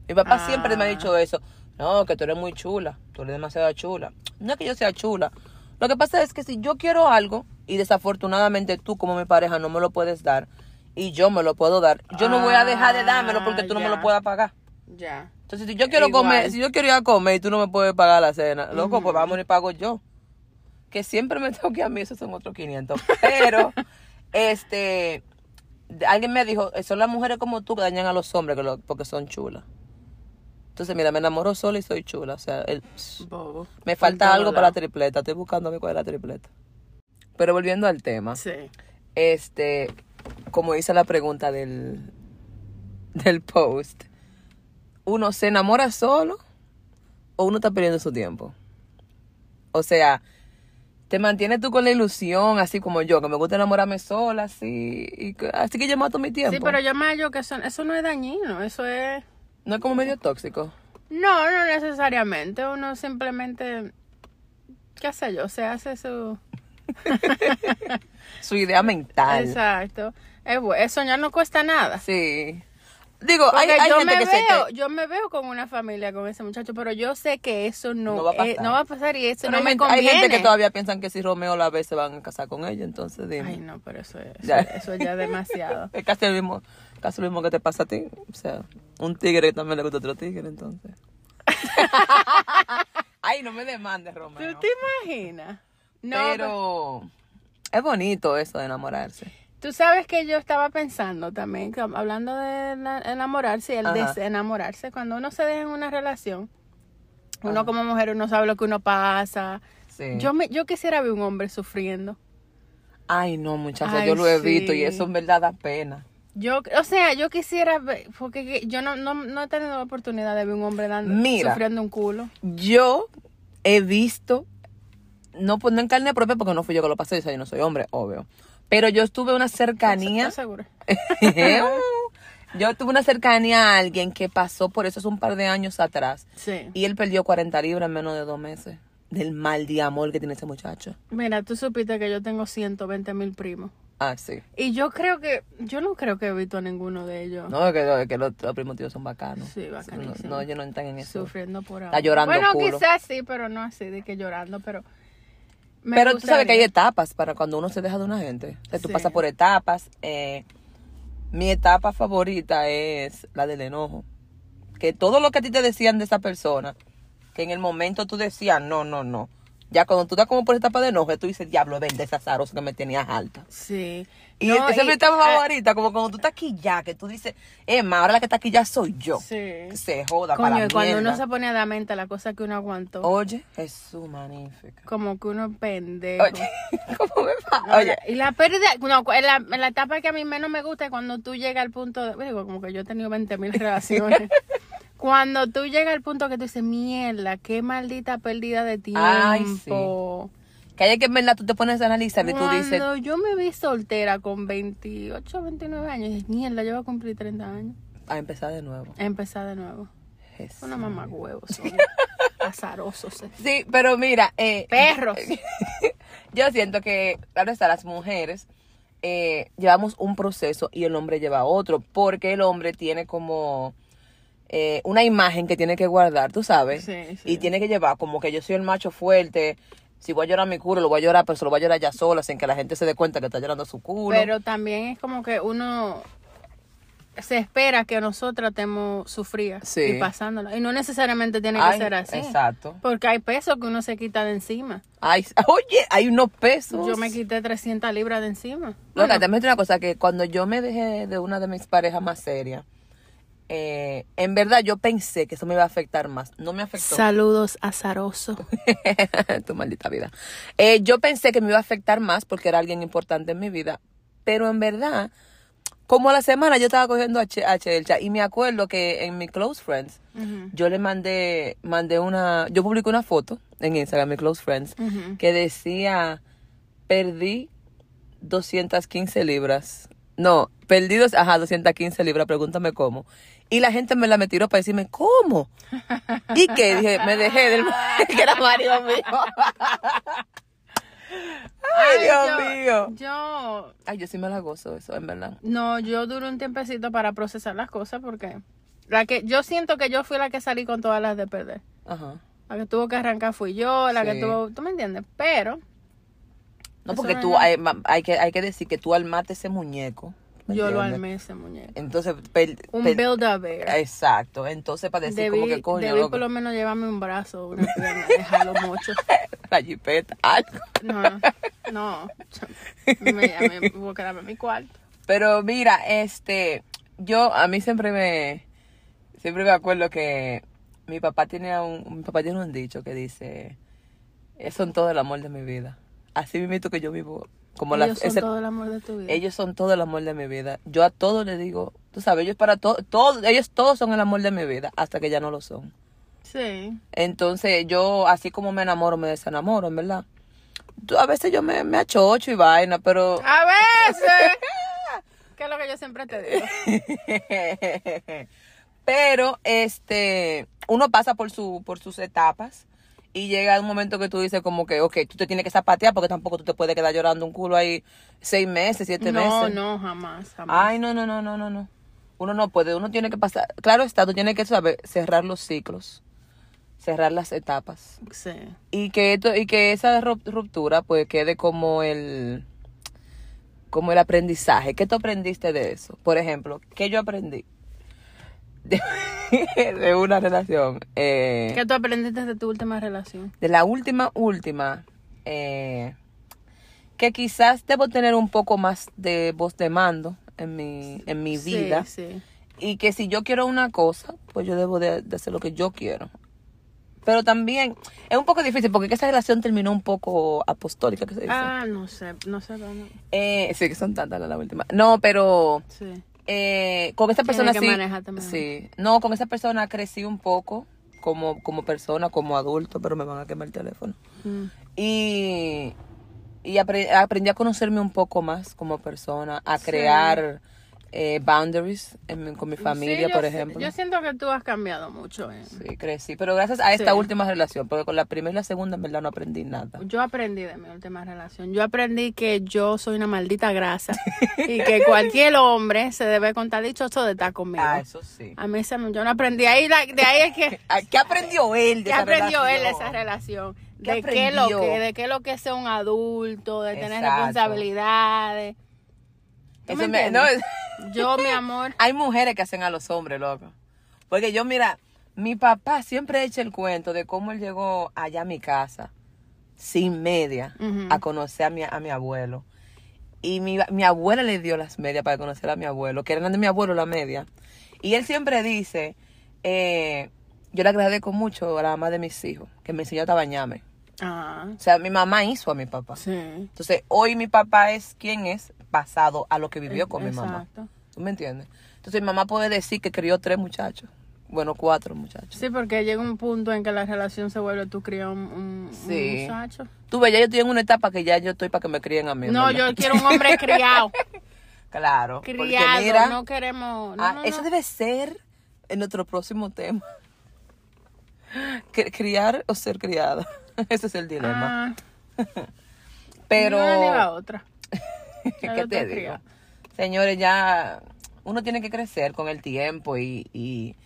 B: Mi papá
A: Ah.
B: siempre me ha dicho eso. No, que tú eres muy chula, tú eres demasiado chula. No es que yo sea chula. Lo que pasa es que si yo quiero algo y desafortunadamente tú como mi pareja no me lo puedes dar y yo me lo puedo dar, yo no voy a dejar de dármelo porque tú no me
A: Ah,
B: lo
A: ya.
B: puedas pagar.
A: Ya.
B: Entonces, si yo quiero
A: Igual.
B: comer, si yo quiero ir a comer y tú no me puedes pagar la cena, loco, pues vamos y pago yo. Que siempre me *laughs* tengo que a mí, esos son otros 500. Pero, este, de- alguien me dijo, eh, son las mujeres como tú que dañan a los hombres que lo- porque son chulas. Entonces, mira, me enamoro sola y soy chula. O sea, el-
A: Bobo.
B: me falta
A: todo
B: algo para la
A: lado.
B: tripleta. Estoy buscando a ver cuál es la tripleta. Pero volviendo al tema,
A: Sí.
B: este, como dice la pregunta del, del post, ¿uno se enamora solo o uno está perdiendo su tiempo? O sea, ¿te mantienes tú con la ilusión, así como yo, que me gusta enamorarme sola, así, y que- así que yo mato mi tiempo?
A: Sí, pero yo me hallo que eso, eso no es dañino, eso es...
B: No es como medio tóxico.
A: No, no necesariamente, uno simplemente, qué sé yo, se hace su...
B: Su idea mental.
A: Exacto. Es bu- Eso ya no cuesta nada.
B: Sí. Digo, hay,
A: Porque
B: hay
A: yo,
B: gente
A: me
B: que se...
A: veo,
B: te-
A: yo me veo con una familia con ese muchacho, pero yo sé que eso no,
B: No va a
A: es-
B: pasar.
A: no va a pasar y eso
B: pero
A: no
B: hay
A: me
B: gente- hay
A: conviene.
B: gente que todavía piensan que si Romeo la ve se van a casar con ella, entonces dime.
A: Ay, no, pero eso es, eso,
B: Ya.
A: eso es ya
B: *laughs*
A: demasiado.
B: Es casi lo mismo, casi lo mismo que te pasa a ti. O sea, un tigre que también le gusta otro
A: *laughs*
B: tigre, entonces. Ay, no me demandes,
A: ¿Tú
B: Romeo.
A: te imaginas? No,
B: pero es bonito eso de enamorarse.
A: Tú sabes que yo estaba pensando también, que hablando de ena- enamorarse y el
B: Ajá.
A: desenamorarse, cuando uno se deja en una relación, uno como mujer no sabe lo que uno pasa.
B: Sí.
A: Yo me, yo quisiera ver un hombre sufriendo.
B: Ay, no, muchacha,
A: Ay,
B: yo lo he visto
A: sí.
B: y eso en verdad da pena.
A: Yo, o sea, yo quisiera ver, porque que- yo no, no, no he tenido la oportunidad de ver un hombre dando,
B: Mira.
A: sufriendo un culo.
B: Yo he visto, no, pues, no en carne propia porque no fui yo que lo pasé, o sea, yo no soy hombre, obvio. Pero yo estuve una cercanía.
A: *laughs* ¿Estás segura?
B: *laughs* yo tuve una cercanía a alguien que pasó por eso hace un par de años atrás.
A: Sí.
B: Y él perdió 40 libras en menos de dos meses. Del mal de amor que tiene ese muchacho.
A: Mira, tú supiste que yo tengo 120 mil primos.
B: Ah, sí.
A: Y yo creo que, yo no creo que he visto a ninguno de ellos
B: No, es que, es que los, los primos tíos son bacanos.
A: Sí, bacanísimo.
B: No, no, ellos no están en eso.
A: sufriendo por ahora.
B: Está llorando
A: Bueno,
B: culo.
A: quizás sí, pero no así de que llorando, pero. me
B: Pero tú sabes que hay
A: gustaría.
B: etapas para cuando uno se deja de una gente. O sea, tú
A: Sí.
B: pasas por etapas. eh, mi etapa favorita es la del enojo. Que todo lo que a ti te decían de esa persona, que en el momento tú decías, no, no, no. Ya cuando tú estás como por etapa de enojo, tú dices, diablo, ven, desazaroso que me tenías alta.
A: Sí.
B: Y
A: No,
B: esa es mi etapa
A: ah,
B: favorita, como cuando tú estás aquí ya, que tú dices, Emma, ahora la que está aquí ya soy yo.
A: Sí.
B: Que se joda para
A: Coño,
B: la
A: y cuando
B: mierda. Oh.
A: uno se pone a la mente la cosa que uno aguantó,
B: Oye, Jesús, magnífico.
A: como que uno es pendejo.
B: Oye, *laughs* ¿cómo me
A: No,
B: pasa? Oye,
A: la- y la pérdida, no, cu- en la, en la etapa que a mí menos me gusta es cuando tú llegas al punto, de, digo, como que yo he tenido 20
B: *laughs*
A: mil relaciones. cuando tú llegas al punto que tú dices, mierda, qué maldita pérdida de tiempo.
B: Ay, sí. que hay que en verdad tú te pones a analizar y tú dices,
A: Cuando yo me vi soltera con 28, 29 años, dije, mierda, yo voy a cumplir 30 años.
B: a "Ah, empezar de nuevo.
A: Empecé de nuevo.
B: Jesús.
A: Una mamá
B: *laughs*
A: huevos. Azarosos. eh.
B: Sí, pero mira, eh, *laughs*
A: Perros.
B: yo siento que, claro está, las mujeres eh, llevamos un proceso y el hombre lleva otro, porque el hombre tiene como eh, una imagen que tiene que guardar, tú sabes,
A: Sí, sí.
B: y tiene que llevar como que yo soy el macho fuerte, si voy a llorar mi culo, lo voy a llorar, pero se lo voy a llorar ya sola, sin que la gente se dé cuenta que está llorando su culo.
A: Pero también es como que uno se espera que nosotras estemos sufridas
B: Sí.
A: y pasándola. Y no necesariamente tiene que
B: Ay,
A: ser así.
B: Exacto.
A: Porque hay pesos que uno se quita de encima.
B: Ay, *laughs* oye, hay unos pesos.
A: Yo me quité 300 libras de encima.
B: Loca, también es una cosa que cuando yo me dejé de una de mis parejas más serias, eh, en verdad yo pensé que eso me iba a afectar más. No me afectó.
A: Saludos
B: *laughs*
A: azaroso.
B: tu maldita vida. Eh, yo pensé que me iba a afectar más porque era alguien importante en mi vida. Pero en verdad, como a la semana yo estaba cogiendo a, Che- a Chelcha y me acuerdo que en mi Close Friends,
A: Ujú.
B: yo le mandé, mandé una, yo publiqué una foto en Instagram, mi Close Friends,
A: Ujú.
B: que decía, perdí 215 libras. No, perdí, dos- ajá, 215 libras, pregúntame cómo. Y la gente me la me tiró para decirme, ¿cómo? ¿Y qué? Dije, me dejé del *laughs* que era marido mío. Ay,
A: Ay,
B: Dios
A: yo-
B: mío.
A: Yo
B: Ay, yo sí me la gozo eso, en verdad.
A: No, yo duré un tiempecito para procesar las cosas porque la que yo siento que yo fui la que salí con todas las de perder.
B: Ajá.
A: La que tuvo que arrancar fui yo, la
B: Sí.
A: que tuvo, ¿tú me entiendes? Pero
B: No,
A: Eso
B: porque
A: no
B: tú,
A: es-
B: hay, ma- hay que, hay que decir que tú armaste ese muñeco ¿me
A: Yo lo
B: entiendes?
A: armé ese muñeco.
B: Entonces, pel-
A: Un
B: pel-
A: build a bear.
B: Exacto. Entonces, para decir
A: Debí,
B: como que coño,
A: debí
B: loco,
A: por lo menos llevarme un brazo, una pierna, *laughs* dejarlo mucho.
B: *laughs* la jipeta, algo.
A: No, no. Me, me voy a quedarme en mi cuarto.
B: Pero mira, este, yo a mí siempre me, siempre me acuerdo que mi papá tiene un, mi papá tiene un dicho que dice, eso en todo el amor de mi vida. Así mismo que yo vivo, como la,
A: Ellos son
B: ese-
A: todo el amor de tu vida.
B: ellos son todo el amor de mi vida. Yo a todos les digo, tú sabes, ellos para todos, todos, ellos todos son el amor de mi vida, hasta que ya no lo son.
A: Sí.
B: Entonces yo, así como me enamoro, me desenamoro, en verdad. Tú- A veces yo me, me achocho y vaina, pero...
A: A
B: *laughs*
A: veces. que es lo que yo siempre te digo.
B: *laughs* Pero este, uno pasa por su, por sus etapas y llega un momento que tú dices como que, ok, tú te tienes que zapatear porque tampoco tú te puedes quedar llorando un culo ahí seis meses, siete
A: No,
B: meses.
A: no, jamás, jamás.
B: Ay, no, no, no, no, no, no. Uno no puede, uno tiene que pasar. Claro está, tú tienes que saber cerrar los ciclos, cerrar las etapas
A: Sí.
B: y que esto y que esa ru- ruptura pues quede como el como el aprendizaje ¿qué tú aprendiste de eso? por ejemplo ¿qué yo aprendí? *laughs* de, de una relación eh,
A: ¿Qué tú aprendiste de tu última relación?
B: de la última última eh, que quizás debo tener un poco más de voz de mando en mi en mi
A: Sí,
B: vida
A: Sí,
B: y que si yo quiero una cosa, pues yo debo de, de hacer lo que yo quiero. Pero también es un poco difícil porque esa relación terminó un poco apostólica, que se dice.
A: Ah, no sé, no sé dónde.
B: Eh, sí, que son tantas las la última. No, pero
A: Sí.
B: eh, con esa
A: Tienes
B: persona
A: que
B: sí.
A: manejarte mejor.
B: Sí. No, con esa persona crecí un poco como, como persona, como adulto, pero me van a quemar el teléfono.
A: Mm.
B: Y, y apre- aprendí a conocerme un poco más como persona, a
A: Sí.
B: crear eh, boundaries en mi- con mi familia,
A: Sí, yo
B: por
A: sé-
B: ejemplo.
A: Yo siento que tú has cambiado mucho. eh.
B: Sí, crecí. Pero gracias a esta
A: Sí.
B: última relación, porque con la primera y la segunda en verdad no aprendí nada.
A: Yo aprendí de mi última relación. Yo aprendí que yo soy una maldita grasa y que cualquier hombre se debe contar dichoso de estar
B: *laughs*
A: conmigo.
B: Ah, eso sí.
A: A mí se me, yo no aprendí. Ahí la- de ahí es que,
B: ¿A- ¿Qué aprendió él de
A: que
B: esa
A: aprendió él de esa
B: relación?
A: relación.
B: ¿Qué
A: de qué, lo
B: aprendió?
A: que, de qué lo que es ser un adulto, de tener
B: Exacto.
A: responsabilidades. ¿Tú
B: Eso
A: me
B: me- no,
A: entiendes? Yo, mi
B: *laughs*
A: amor,
B: Hay mujeres que hacen a los hombres, loco. Porque yo, mira, mi papá siempre echa el cuento de cómo él llegó allá a mi casa, sin media,
A: Ujú.
B: a conocer a mi, a mi abuelo. Y mi, mi abuela le dio las medias para conocer a mi abuelo, que eran de mi abuelo las medias. Y él siempre dice, eh, yo le agradezco mucho a la mamá de mis hijos, que me enseñó a bañarme.
A: Ah,
B: O sea, mi mamá hizo a mi papá.
A: sí.
B: Entonces, hoy mi papá es quien es, pasado a lo que vivió con mi mamá.
A: Exacto.
B: ¿Tú me entiendes? Entonces mi mamá puede decir que crió tres muchachos. Bueno, cuatro muchachos.
A: Sí, porque llega un punto en que la relación se vuelve tú crías un, un, un
B: Sí.
A: muchacho.
B: Tú ves, ya yo estoy en una etapa que ya yo estoy para que me críen a mí.
A: No,
B: ¿verdad?
A: yo quiero un hombre criado.
B: *laughs* Claro. porque
A: criado,
B: mira,
A: no queremos. no,
B: ah,
A: no,
B: eso
A: no.
B: debe ser en nuestro próximo tema. *laughs* Que- Criar o ser criada. *laughs* Ese es el dilema.
A: Ah,
B: Pero...
A: ni una ni la otra. Ya
B: *laughs* ¿Qué
A: yo
B: te
A: estoy
B: digo?
A: criada.
B: Señores, ya uno tiene que crecer con el tiempo y, y,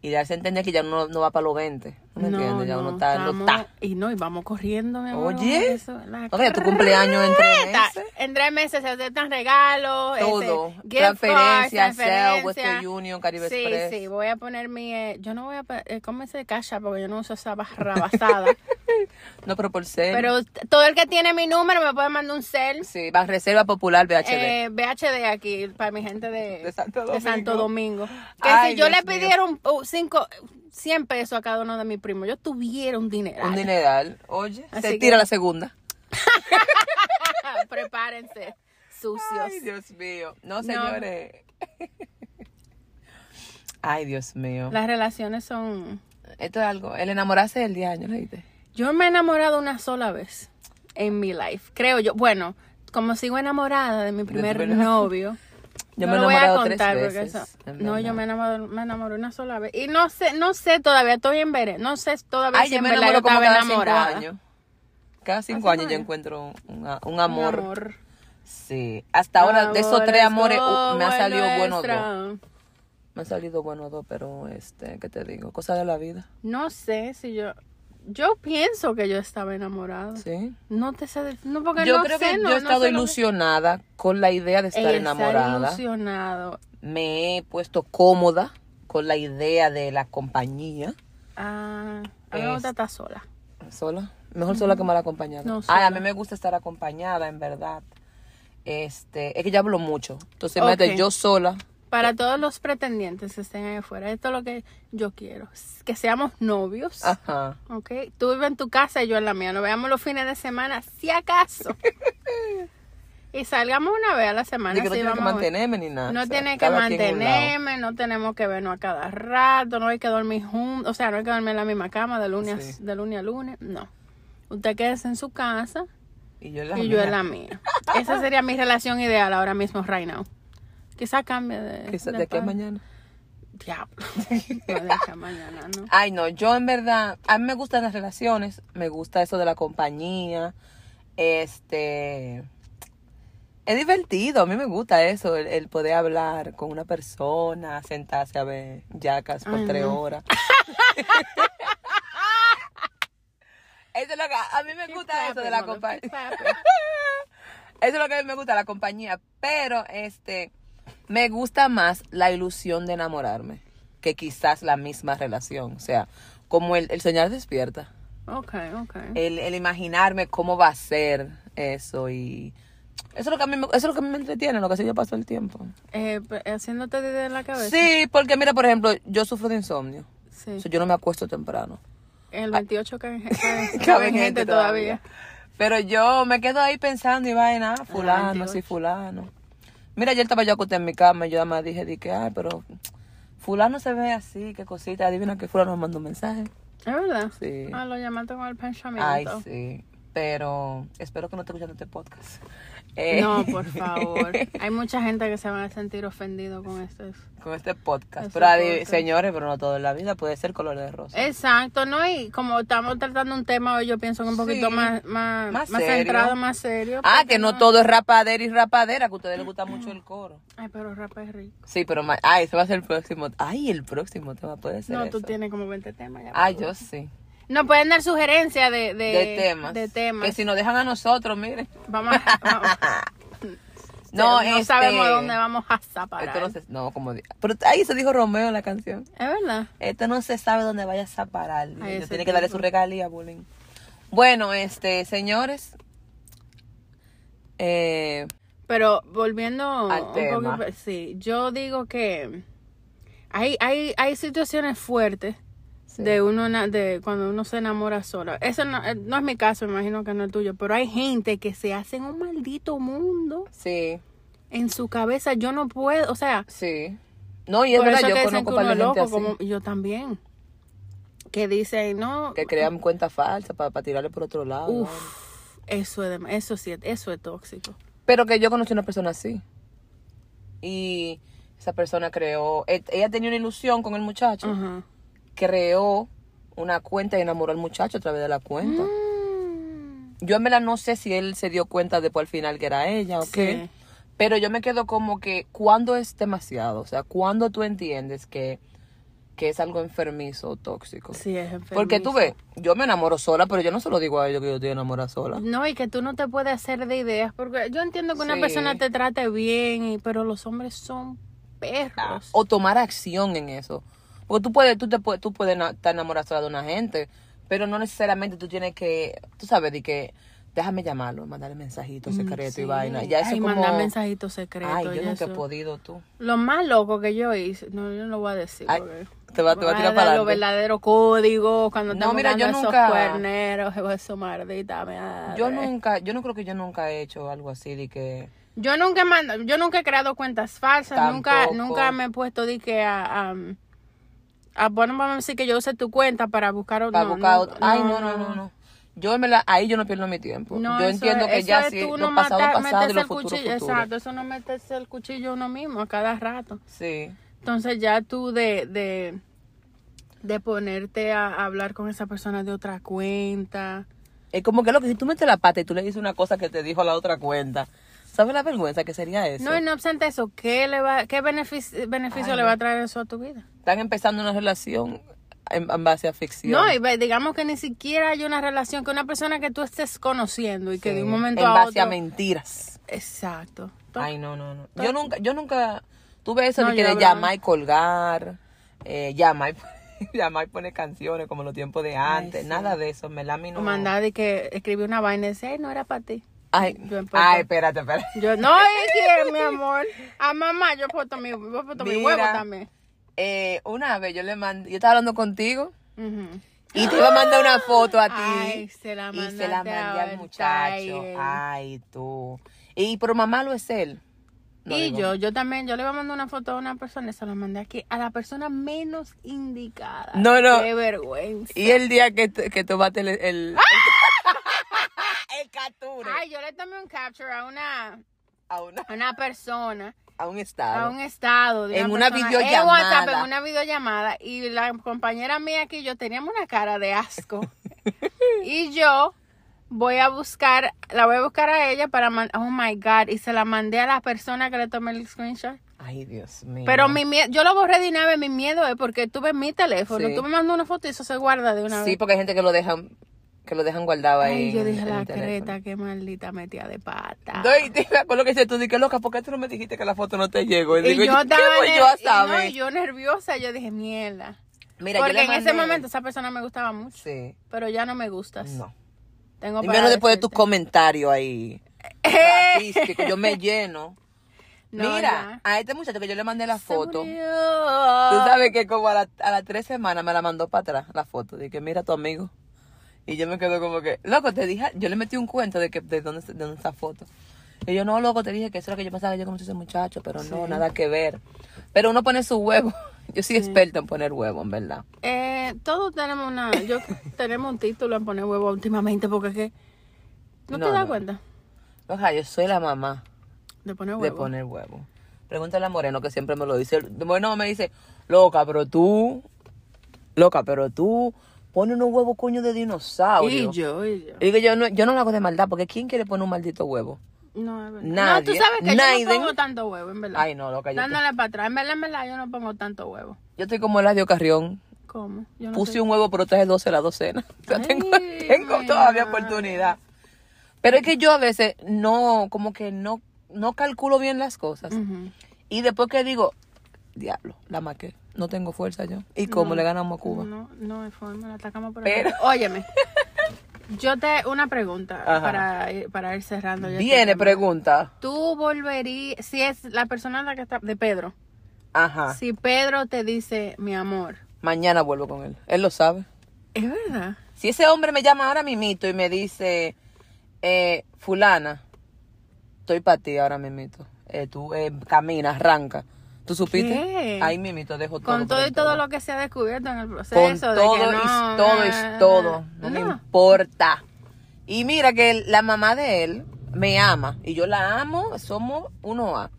B: y darse a entender que ya uno no va para los 20. ¿no me entiendes? Ya uno está, no
A: estamos-
B: está.
A: Y no, y vamos corriendo, mi amor.
B: Oye.
A: vamos, eso, la
B: Oye, tu cumpleaños en tres
A: carreta.
B: meses.
A: En tres meses se aceptan regalos.
B: Todo.
A: este, gift cards,
B: Transferencia,
A: transferencia.
B: Cell, Western Union, Caribe
A: sí,
B: Express.
A: Sí, voy a poner mi... eh, yo no voy a... pa- Eh, ¿Cómo se cacha? Porque yo no uso esa
B: *laughs*
A: barrabasada.
B: No, pero por ser.
A: Pero t- todo el que tiene mi número me puede mandar un cel.
B: Sí, va Reserva Popular BHD.
A: Eh, VHD aquí para mi gente de,
B: De Santo
A: de Santo Domingo. Que
B: Ay,
A: si yo
B: Dios
A: le pidiera un, oh, cinco, 100 pesos a cada uno de mis primos, yo tuviera un dinero.
B: Un dineral. Oye,
A: Así
B: se
A: que-
B: tira la segunda.
A: *laughs* Prepárense, sucios.
B: Ay, Dios mío. No,
A: No. *laughs*
B: señores. Ay, Dios mío.
A: Las relaciones son...
B: Esto es algo. El enamorarse del día año, ¿lo viste?
A: Yo me he enamorado una sola vez en mi life, creo yo. Bueno, como sigo enamorada de mi primer
B: primer-
A: novio,
B: *laughs* Yo
A: no
B: me he
A: lo voy a
B: enamorado tres
A: contar porque
B: veces,
A: eso-
B: en
A: No,
B: verdad.
A: yo me enamoré, me enamoré una sola vez. Y no sé, no sé todavía, estoy en veré. No sé todavía
B: Ay,
A: si
B: yo
A: en
B: me
A: verdad yo
B: enamoro como
A: estaba
B: cada
A: enamorada.
B: cinco años. Cada cinco
A: cinco
B: años yo
A: años.
B: encuentro un, un- un
A: Un
B: amor. Sí. Hasta ahora, de esos tres amores, uh,
A: oh,
B: me han salido buenos dos.
A: nuestra.
B: Me han salido buenos dos, pero, este, ¿qué te digo? Cosa de la vida.
A: No sé si yo. yo pienso que yo estaba enamorada.
B: Sí.
A: No te sé. de- No, porque
B: yo
A: no
B: creo
A: sé,
B: que
A: no-
B: yo he
A: no
B: estado
A: sé lo que-
B: ilusionada con la idea de estar
A: Estar
B: enamorada.
A: ilusionado.
B: Me he puesto cómoda con la idea de la compañía.
A: Ah, a mí me
B: Es-
A: gusta estar sola.
B: ¿Sola? Mejor sola que mal acompañada.
A: No,
B: Ay,
A: sola.
B: a mí me gusta estar acompañada, en verdad. Este, es que ya hablo mucho. Entonces,
A: Ok.
B: imagínate, yo sola.
A: Para todos los pretendientes que estén ahí afuera, esto es lo que yo quiero. Que seamos novios.
B: Ajá.
A: Ok. Tú vives en tu casa y yo en la mía. Nos veamos los fines de semana, si
B: *laughs*
A: acaso. y salgamos una vez a la semana.
B: Ni que no
A: sí,
B: tiene que
A: vamos a ver.
B: mantenerme ni nada.
A: No
B: O sea,
A: tiene que
B: cada quien en un lado.
A: mantenerme, no tenemos que vernos a cada rato, no hay que dormir juntos, o sea, no hay que dormir en la misma cama de lunes,
B: Sí.
A: de lunes a lunes, no. Usted quédese en su casa
B: Y yo en la
A: y yo
B: mía.
A: en la mía. Esa sería mi relación ideal ahora mismo, right now. Quizá cambie de...
B: Quizás de aquí a
A: pa-
B: mañana.
A: Diablo. *laughs* No, de aquí a mañana, ¿no?
B: Ay, no, yo en verdad, a mí me gustan las relaciones, me gusta eso de la compañía, este... Es divertido, a mí me gusta eso, el, el poder hablar con una persona, sentarse a ver yacas por
A: Ay,
B: tres
A: no. *laughs*
B: horas. eso es lo que a mí me
A: Qué
B: gusta eso
A: pape,
B: de la
A: mano,
B: compañía.
A: qué pape.
B: Eso es lo que a mí me gusta, la compañía. Pero, este, me gusta más la ilusión de enamorarme que quizás la misma relación. O sea, como el, el soñar despierta.
A: Ok,
B: *laughs*
A: ok.
B: El, el imaginarme cómo va a ser eso y... Eso es lo que a mí me, eso es lo que a mí me entretiene, lo que así yo paso el tiempo.
A: Eh, pe- haciéndote de en la cabeza.
B: Sí, porque mira, por ejemplo, yo sufro de insomnio.
A: Sí.
B: O sea, yo no me acuesto temprano.
A: En el 28 caben, caben-
B: *laughs* Cabe
A: caben gente todavía.
B: Pero yo me quedo ahí pensando y vaina, ah, fulano,
A: 28.
B: sí, fulano. Nada. Mira, ayer estaba yo acostada en mi cama y yo además dije, di que, ay, pero fulano se ve así, qué cosita. Adivina que fulano me mandó un mensaje.
A: ¿Es verdad?
B: Sí.
A: Ah, lo llamaste con el pensamiento.
B: Ay, sí. Pero espero que no esté escuchando este podcast. Eh, *laughs*
A: No, por favor. Hay mucha gente que se van a sentir ofendido con esto.
B: Con este podcast.
A: Ese
B: Pero, adi-
A: podcast.
B: señores, pero no todo en la vida puede ser color de
A: Eh,
B: rosa.
A: Exacto, ¿no? Y como estamos tratando un tema hoy, yo pienso que un poquito
B: Sí.
A: más, más,
B: Más
A: más,
B: serio.
A: centrado, más serio.
B: ah,
A: porque
B: que no todo es rapadera y rapadera, que a ustedes les gusta mucho el coro.
A: Ay, pero rap es rico.
B: Sí, pero, ma- ay, ese va a ser el próximo. Ay, el próximo tema puede ser.
A: No, tú
B: eso.
A: tienes como 20 temas ya.
B: Ah, yo sí.
A: Nos pueden dar sugerencias de, de,
B: De temas.
A: de temas.
B: Que si nos dejan a nosotros, miren.
A: Vamos
B: *laughs*
A: a... vamos-
B: No,
A: no
B: este-
A: sabemos dónde vamos a zaparar.
B: Esto no se- no, como. di- Pero ahí se dijo Romeo en la canción.
A: Es verdad.
B: Esto no se sabe dónde vayas a parar. niño.
A: ese
B: Tiene que darle su
A: tipo.
B: regalía, bullying. Bueno, este, señores. Eh,
A: Pero volviendo
B: Al
A: un
B: tema.
A: poco- sí, yo digo que hay, hay, hay situaciones fuertes de uno na- de cuando uno se enamora solo. Eso no, eh, no es mi caso, me imagino que no es el tuyo, pero hay gente que se hace en un maldito mundo
B: sí,
A: en su cabeza. Yo no puedo, o sea,
B: sí. No, y es
A: por
B: verdad,
A: eso
B: yo
A: que dicen que
B: conozco
A: uno
B: para
A: es
B: gente
A: loco,
B: así.
A: como yo también. Que dicen, no,
B: Que crean cuenta falsa para, tirarle por otro lado.
A: uff, eso es, dem- eso sí, es- eso es tóxico.
B: Pero que yo conocí una persona así. Y esa persona creó, e- ella tenía una ilusión con el muchacho,
A: Ajá.
B: creó una cuenta y enamoró al muchacho a través de la cuenta.
A: Mm.
B: Yo en verdad no sé si él se dio cuenta después al final que era ella o qué.
A: Sí.
B: Pero yo me quedo como que cuando es demasiado, o sea, cuando tú entiendes que, que es algo enfermizo o tóxico.
A: Sí, es
B: Porque tú
A: enfermizo.
B: ves, yo me enamoro sola, pero yo no se lo digo a ellos que yo estoy enamorada sola.
A: No, y que tú no te puedes hacer de ideas, porque yo entiendo que una
B: Sí.
A: persona te trate bien, y- pero los hombres son perros.
B: o tomar acción en eso. Porque tú puedes, tú te puedes, tú puedes na- estar enamorada de una gente, pero no necesariamente tú tienes que, tú sabes, de que déjame llamarlo, mandarle mensajitos, secreto y vaina. Ya eso
A: Mm, Ay,
B: como
A: mandar mensajitos secretos.
B: Ay, yo
A: y
B: nunca he
A: eso.
B: podido tú.
A: Lo más loco que yo hice, no, yo no lo voy a decir.
B: Ay,
A: porque
B: te va, te va a tirar para
A: Los
B: adelante.
A: verdaderos códigos, cuando
B: No,
A: estamos
B: mira, yo
A: dando esos
B: nunca-
A: cuerneros, *laughs* eso maldita madre.
B: Yo nunca, yo no creo que yo nunca he hecho algo así de que
A: Yo nunca he mandado, yo nunca he creado cuentas falsas, nunca,
B: Tampoco.
A: nunca me he puesto de que a, a, a- bueno, vamos a decir que yo usé tu cuenta para buscar otro.
B: para
A: no,
B: buscar
A: no,
B: otro. Ay, no, no, no, no. Yo me la, ahí yo no pierdo mi tiempo.
A: No,
B: yo
A: eso
B: entiendo
A: es-
B: que
A: eso
B: ya
A: es
B: sí,
A: tú
B: lo
A: no
B: pasado
A: mata-
B: pasado y
A: meterse
B: lo
A: el
B: futuro
A: cuchillo,
B: futuro.
A: Exacto, eso no meterse el cuchillo uno mismo a cada rato.
B: Sí.
A: Entonces ya tú de, de, de ponerte a, a hablar con esa persona de otra cuenta.
B: Es como que lo que si tú metes la pata y tú le dices una cosa que te dijo la otra cuenta, ¿sabes la vergüenza que sería eso?
A: No, y no obstante eso, ¿qué, le va, qué beneficio, beneficio le va a traer eso a tu vida?
B: Están empezando una relación en, en base a ficción.
A: No, y ve- digamos que ni siquiera hay una relación con una persona que tú estés conociendo y que de un momento
B: en
A: a
B: base
A: otro.
B: a mentiras.
A: Exacto.
B: Ay, no, no, no. Yo nunca, yo nunca tuve eso
A: No,
B: de que
A: yo
B: de
A: no.
B: llamar y colgar, eh, llamar, y- *laughs* llamar y poner canciones como los tiempos de antes, nada de eso, me la
A: O mandar de que escribí una vaina y decía, ay, no era para ti.
B: Ay,
A: Yo en
B: ay, espérate, espérate. *laughs*
A: Yo, no, es que, mi amor. A mamá, yo he puesto mi, yo he puesto mi
B: Mira.
A: huevo también.
B: Eh, una vez yo le mandé, yo estaba hablando contigo
A: Ujú.
B: y te iba a mandar una foto a ti.
A: Ay, se la
B: y
A: mandé.
B: se la mandé al muchacho. Ay, tú. Y pero mamá lo es él. No,
A: y
B: digo,
A: yo, yo también, yo le voy a mandar una foto a una persona y se la mandé aquí a la persona menos indicada.
B: No, no.
A: Qué vergüenza.
B: Y el día que, t- que tomaste el. *laughs* El, *laughs* el capture
A: Ay, yo le tomé un capture a una,
B: a, una-
A: a una persona,
B: a un
A: a
B: estado.
A: un estado. de
B: En una
A: persona, En
B: videollamada.
A: WhatsApp, en una videollamada. Y la compañera mía aquí y yo teníamos una cara de
B: *laughs*
A: asco. y yo voy a buscar, la voy a buscar a ella para man- Oh my God. Y se la mandé a la persona que le tomé el screenshot.
B: Ay, Dios mío.
A: Pero mi mie- yo lo borré de una vez. Mi miedo es porque tuve mi teléfono.
B: Sí.
A: Tú me mandas una foto y eso se guarda de una
B: Sí,
A: vez.
B: porque hay gente que lo dejan, que lo dejan guardado ahí.
A: Ay, yo
B: en-
A: dije
B: en
A: la
B: el teléfono.
A: creta, qué maldita metida de pata.
B: No, y te- me acuerdo que dice tú, dije, loca, ¿por qué tú no me dijiste que la foto no te llegó? Y,
A: Y
B: digo,
A: yo
B: ¿qué
A: estaba
B: voy
A: ner-
B: yo a
A: y no,
B: saber?
A: y yo nerviosa, yo dije, mierda.
B: Mira, yo
A: Porque
B: le
A: en
B: mandé-
A: ese momento esa persona me gustaba mucho,
B: Sí,
A: pero ya no me gustas.
B: no.
A: Tengo
B: Y
A: para
B: menos después de tus
A: decirte. *laughs*
B: comentarios ahí. Artístico, yo me lleno.
A: No,
B: Mira,
A: ya.
B: a este muchacho que yo le mandé la
A: Se
B: foto.
A: murió.
B: Tú sabes que como a, la- a las tres semanas me la mandó para atrás la foto. Dije, mira tu amigo. Y yo me quedo como que, loco, te dije, yo le metí un cuento de que de dónde, de dónde está la foto. Y yo, no, loco, te dije que eso es lo que yo pensaba que yo conocí a ese muchacho, pero no, nada que ver. Pero uno pone su huevo. *laughs* Yo soy experta en poner huevo, en verdad.
A: Eh, todos tenemos una,
B: *laughs*
A: yo tenemos un título en poner huevo últimamente porque es que no,
B: No,
A: te das
B: no.
A: cuenta
B: Ojalá, yo soy la mamá
A: de poner
B: de
A: huevo.
B: poner huevo. Pregúntale a Moreno, que siempre me lo dice. Moreno me dice, loca, pero tú, loca, pero tú, pone unos huevos coño de dinosaurio.
A: y yo, y yo.
B: Y digo yo no, yo no lo hago de maldad, porque ¿quién quiere poner un maldito huevo?
A: No, es verdad.
B: Nadie,
A: no, tú sabes que yo
B: nadie.
A: no pongo tanto huevo, en verdad.
B: Ay, no, loca, yo,
A: Dándole para atrás, en verdad, en verdad, yo no pongo tanto huevo.
B: yo estoy como Eladio Carrión.
A: ¿Cómo? Yo no
B: Puse
A: sé.
B: un huevo, pero traje 12 a la docena. *laughs* O sea,
A: Ay,
B: tengo, tengo
A: my
B: todavía
A: God.
B: oportunidad. Pero es que yo a veces no, como que no, no calculo bien las cosas.
A: Ujú.
B: Y después que digo, diablo, la maqué, no tengo fuerza yo. ¿Y cómo le ganamos a Cuba?
A: No, Mm, no hay forma, la atacamos por
B: Pero-
A: el- Óyeme. *laughs* Yo te una pregunta
B: Ajá.
A: para ir, para ir cerrando ya. este
B: Viene
A: tema.
B: pregunta.
A: Tú volverías si es la persona la que está de Pedro.
B: Ajá.
A: Si Pedro te dice, "Mi amor."
B: Mañana vuelvo con él. Él lo sabe.
A: Es verdad.
B: Si ese hombre me llama ahora mismito y me dice, eh, fulana, estoy para ti ahora mismito. Eh, tú eh, camina, arranca. ¿Tú supiste?
A: ¿Qué?
B: Ahí mismito dejo todo.
A: Con todo y
B: prendado.
A: todo lo que se ha descubierto en el proceso
B: Con
A: de
B: todo
A: que
B: y
A: no,
B: todo
A: na,
B: es todo.
A: na,
B: No, me
A: na.
B: importa. Y mira que el- la mamá de él me ama. Y yo la amo. Somos uno A.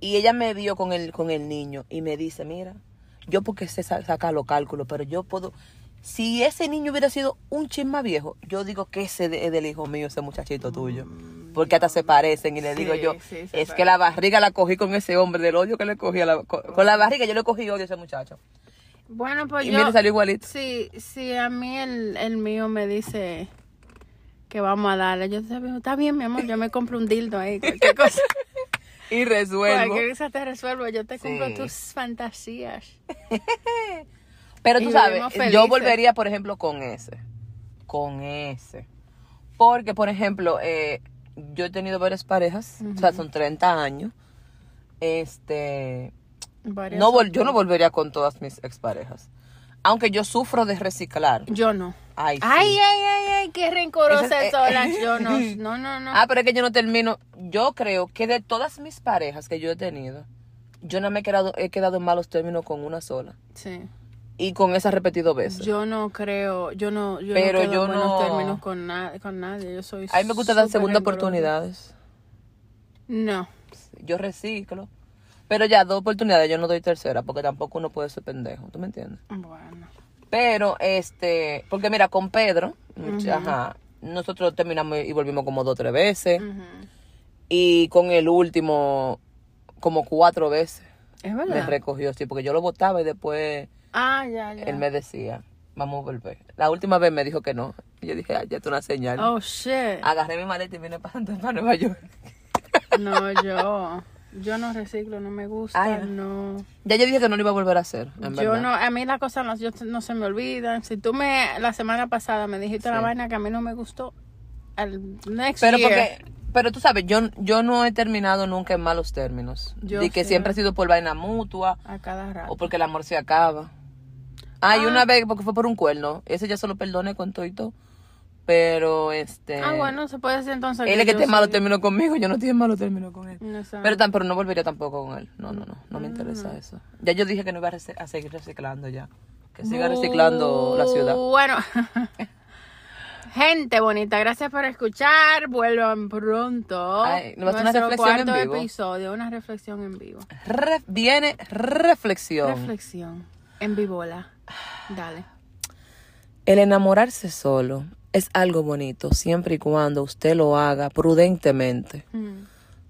B: Y ella me vio con el, con el niño y me dice, mira, yo porque sé sa- sacar los cálculos, pero yo puedo... Si ese niño hubiera sido un chin más viejo, yo digo que ese de- es del hijo mío, ese muchachito tuyo. Porque hasta se parecen y le
A: Mm, Sí,
B: digo yo,
A: sí,
B: es
A: se
B: que la barriga la cogí con ese hombre, del odio que le cogí, a la- con, con la barriga yo le cogí odio a ese muchacho.
A: Bueno, pues
B: Y
A: yo
B: mire, salió igualito.
A: Sí, sí, a mí el, el mío me dice que vamos a darle. Yo te digo, está bien, mi amor, yo me compro un dildo ahí,
B: *laughs*
A: cualquier cosa.
B: Y resuelvo.
A: cualquier cosa te resuelvo, yo te compro
B: Sí.
A: tus fantasías.
B: Pero
A: Y
B: tú
A: vivimos
B: sabes,
A: felices.
B: yo volvería, por ejemplo, con ese. Con ese. Porque, por ejemplo, eh, yo he tenido varias parejas, o sea, son 30 años. Este,
A: Varias-
B: no vol- yo no volvería con todas mis exparejas. Aunque yo sufro de reciclar.
A: Yo no.
B: Ay, sí.
A: Ay, ay, ay, ay, qué rencorosa
B: Esas-
A: es
B: eh, *laughs*
A: Olange. Yo no, no, no, no.
B: Ah, pero es que yo no termino. Yo creo que de todas mis parejas que yo he tenido, yo no me he quedado, he quedado en malos términos con una sola.
A: Sí.
B: Y con esa repetido veces.
A: Yo no creo, yo no, yo
B: Pero
A: no quedo
B: yo
A: en buenos
B: no-
A: términos con, na- con nadie. Yo soy
B: A mí me gusta dar
A: súper
B: segunda
A: rencorosa.
B: oportunidades.
A: No.
B: pues, Yo reciclo. Pero ya, dos oportunidades, yo no doy tercera, porque tampoco uno puede ser pendejo, ¿tú me entiendes?
A: Bueno.
B: Pero, este, porque mira, con Pedro, ajá, nosotros terminamos y volvimos como dos o tres veces,
A: Ujú.
B: y con el último, como cuatro veces,
A: Es
B: me
A: verdad.
B: recogió, sí, porque yo lo votaba y después
A: Ah, ya, ya.
B: Él me decía, vamos a volver. La última vez me dijo que no. Y yo dije, ah, ya es una señal.
A: Oh, shit.
B: Agarré mi maleta y vine pasando para *laughs* Nueva York.
A: No, yo. Yo no reciclo, no me gusta,
B: Ay,
A: no.
B: Ya yo dije que no lo iba a volver a hacer, Ah, en
A: Yo
B: verdad.
A: no, a mí las cosas no, yo- no se me olvidan. Si tú me, la semana pasada me dijiste la vaina que a mí no me gustó, al next
B: Pero
A: year-
B: porque, pero tú sabes, yo, yo no he terminado nunca en malos términos.
A: Yo
B: de que
A: sí.
B: siempre ha sido por vaina mutua
A: A cada rato.
B: o porque el amor se acaba. Ay,
A: Ah.
B: una vez porque fue por un cuerno. Ese ya se lo perdone con todo y todo. Pero este.
A: Ah, bueno, se puede decir entonces.
B: Él es que
A: yo
B: tiene malo
A: soy-
B: término conmigo, yo no tiene malo término con él.
A: No sé.
B: Pero, tam- pero no volvería tampoco con él. No, no, no. No me interesa eso. Ya yo dije que no iba a, rece- a seguir reciclando ya. Que siga reciclando la ciudad.
A: Bueno. *laughs* Gente bonita, gracias por escuchar. Vuelvan pronto.
B: Ay, nos va a hacer una
A: Nuestro
B: reflexión en
A: cuarto
B: vivo.
A: episodio, una reflexión en vivo.
B: Re- viene reflexión.
A: Reflexión en vivola. Dale.
B: El enamorarse solo es algo bonito siempre y cuando usted lo haga prudentemente.
A: Mm.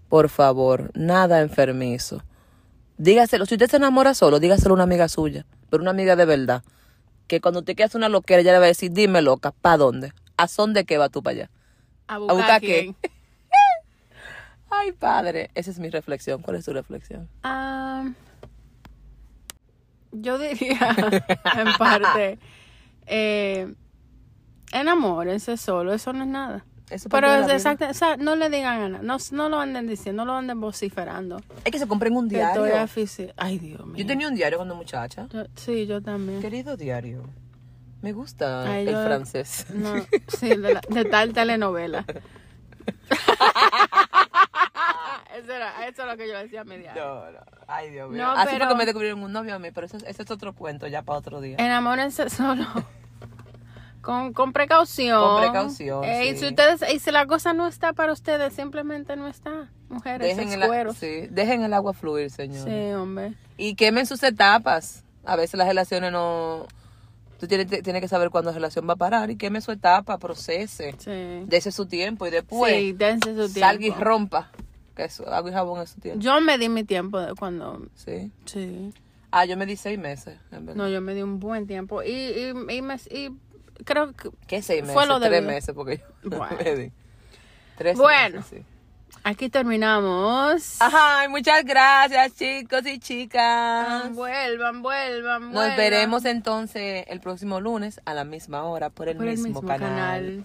B: Por favor, nada enfermizo. Dígaselo, si usted se enamora solo, dígaselo a una amiga suya, pero una amiga de verdad. Que cuando usted quiera hacer una loquera, ella le va a decir, dime loca, ¿pa' dónde? ¿A son de qué va tú para allá?
A: A
B: ¿A
A: buscar
B: buscar
A: quién.
B: qué? Ay, padre, esa es mi reflexión. ¿Cuál es tu reflexión?
A: Ah, yo diría, *laughs* en parte, eh, enamórense solo, eso no es nada.
B: Eso
A: Pero
B: parte de la
A: es
B: vida.
A: exacta- o sea, no le digan a na- no, no lo anden diciendo, no lo anden vociferando.
B: Es que se compren un
A: Que estoy
B: diario.
A: afici- Ay, Dios mío.
B: Yo tenía un diario cuando muchacha.
A: Yo- sí, yo también.
B: Querido diario, me gusta
A: Ay,
B: el
A: yo-
B: francés.
A: No, sí, de, la- de tal
B: *laughs*
A: telenovela. *laughs* eso, era, eso es lo que yo decía a mi diario.
B: No, no. Ay, Dios mío.
A: No,
B: Así
A: pero-
B: fue que me descubrieron un novio a mí, pero eso, eso es otro cuento ya para otro día.
A: Enamórense solo.
B: *laughs*
A: Con, con precaución.
B: Con precaución,
A: Eh, Y
B: sí.
A: si ustedes, y si la cosa no está para ustedes, simplemente no está. Mujeres,
B: Dejen
A: esos
B: el, a-
A: cueros. Sí.
B: sí, dejen el agua fluir, señor.
A: hombre.
B: Y quemen sus etapas. A veces las relaciones no... Tú tienes, te- tienes que saber cuándo la relación va a parar y queme su etapa, procese.
A: Sí.
B: Dese su tiempo y después
A: sí, dense su tiempo.
B: pues, salga y rompa. Que eso, agua y jabón es su tiempo.
A: Yo me di mi tiempo de cuando.
B: Sí.
A: Sí.
B: Ah, yo me di seis meses. en verdad.
A: No, yo me di un buen tiempo. Y, y, y, me, y creo que.
B: ¿Qué seis
A: Fue
B: meses?
A: lo
B: Tres
A: debido.
B: meses porque yo *laughs*
A: Bueno.
B: me di. Tres
A: Bueno.
B: meses, sí.
A: Aquí terminamos.
B: Ajá, y muchas gracias chicos y
A: Ah,
B: chicas.
A: Vuelvan, vuelvan,
B: Nos
A: vuelvan.
B: veremos entonces el próximo lunes a la misma hora por el,
A: por el
B: mismo,
A: mismo
B: canal.
A: canal.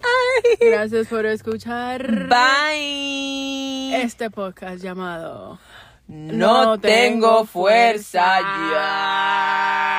A: Gracias por escuchar.
B: Bye.
A: este podcast llamado
B: no, tengo fuerza ya.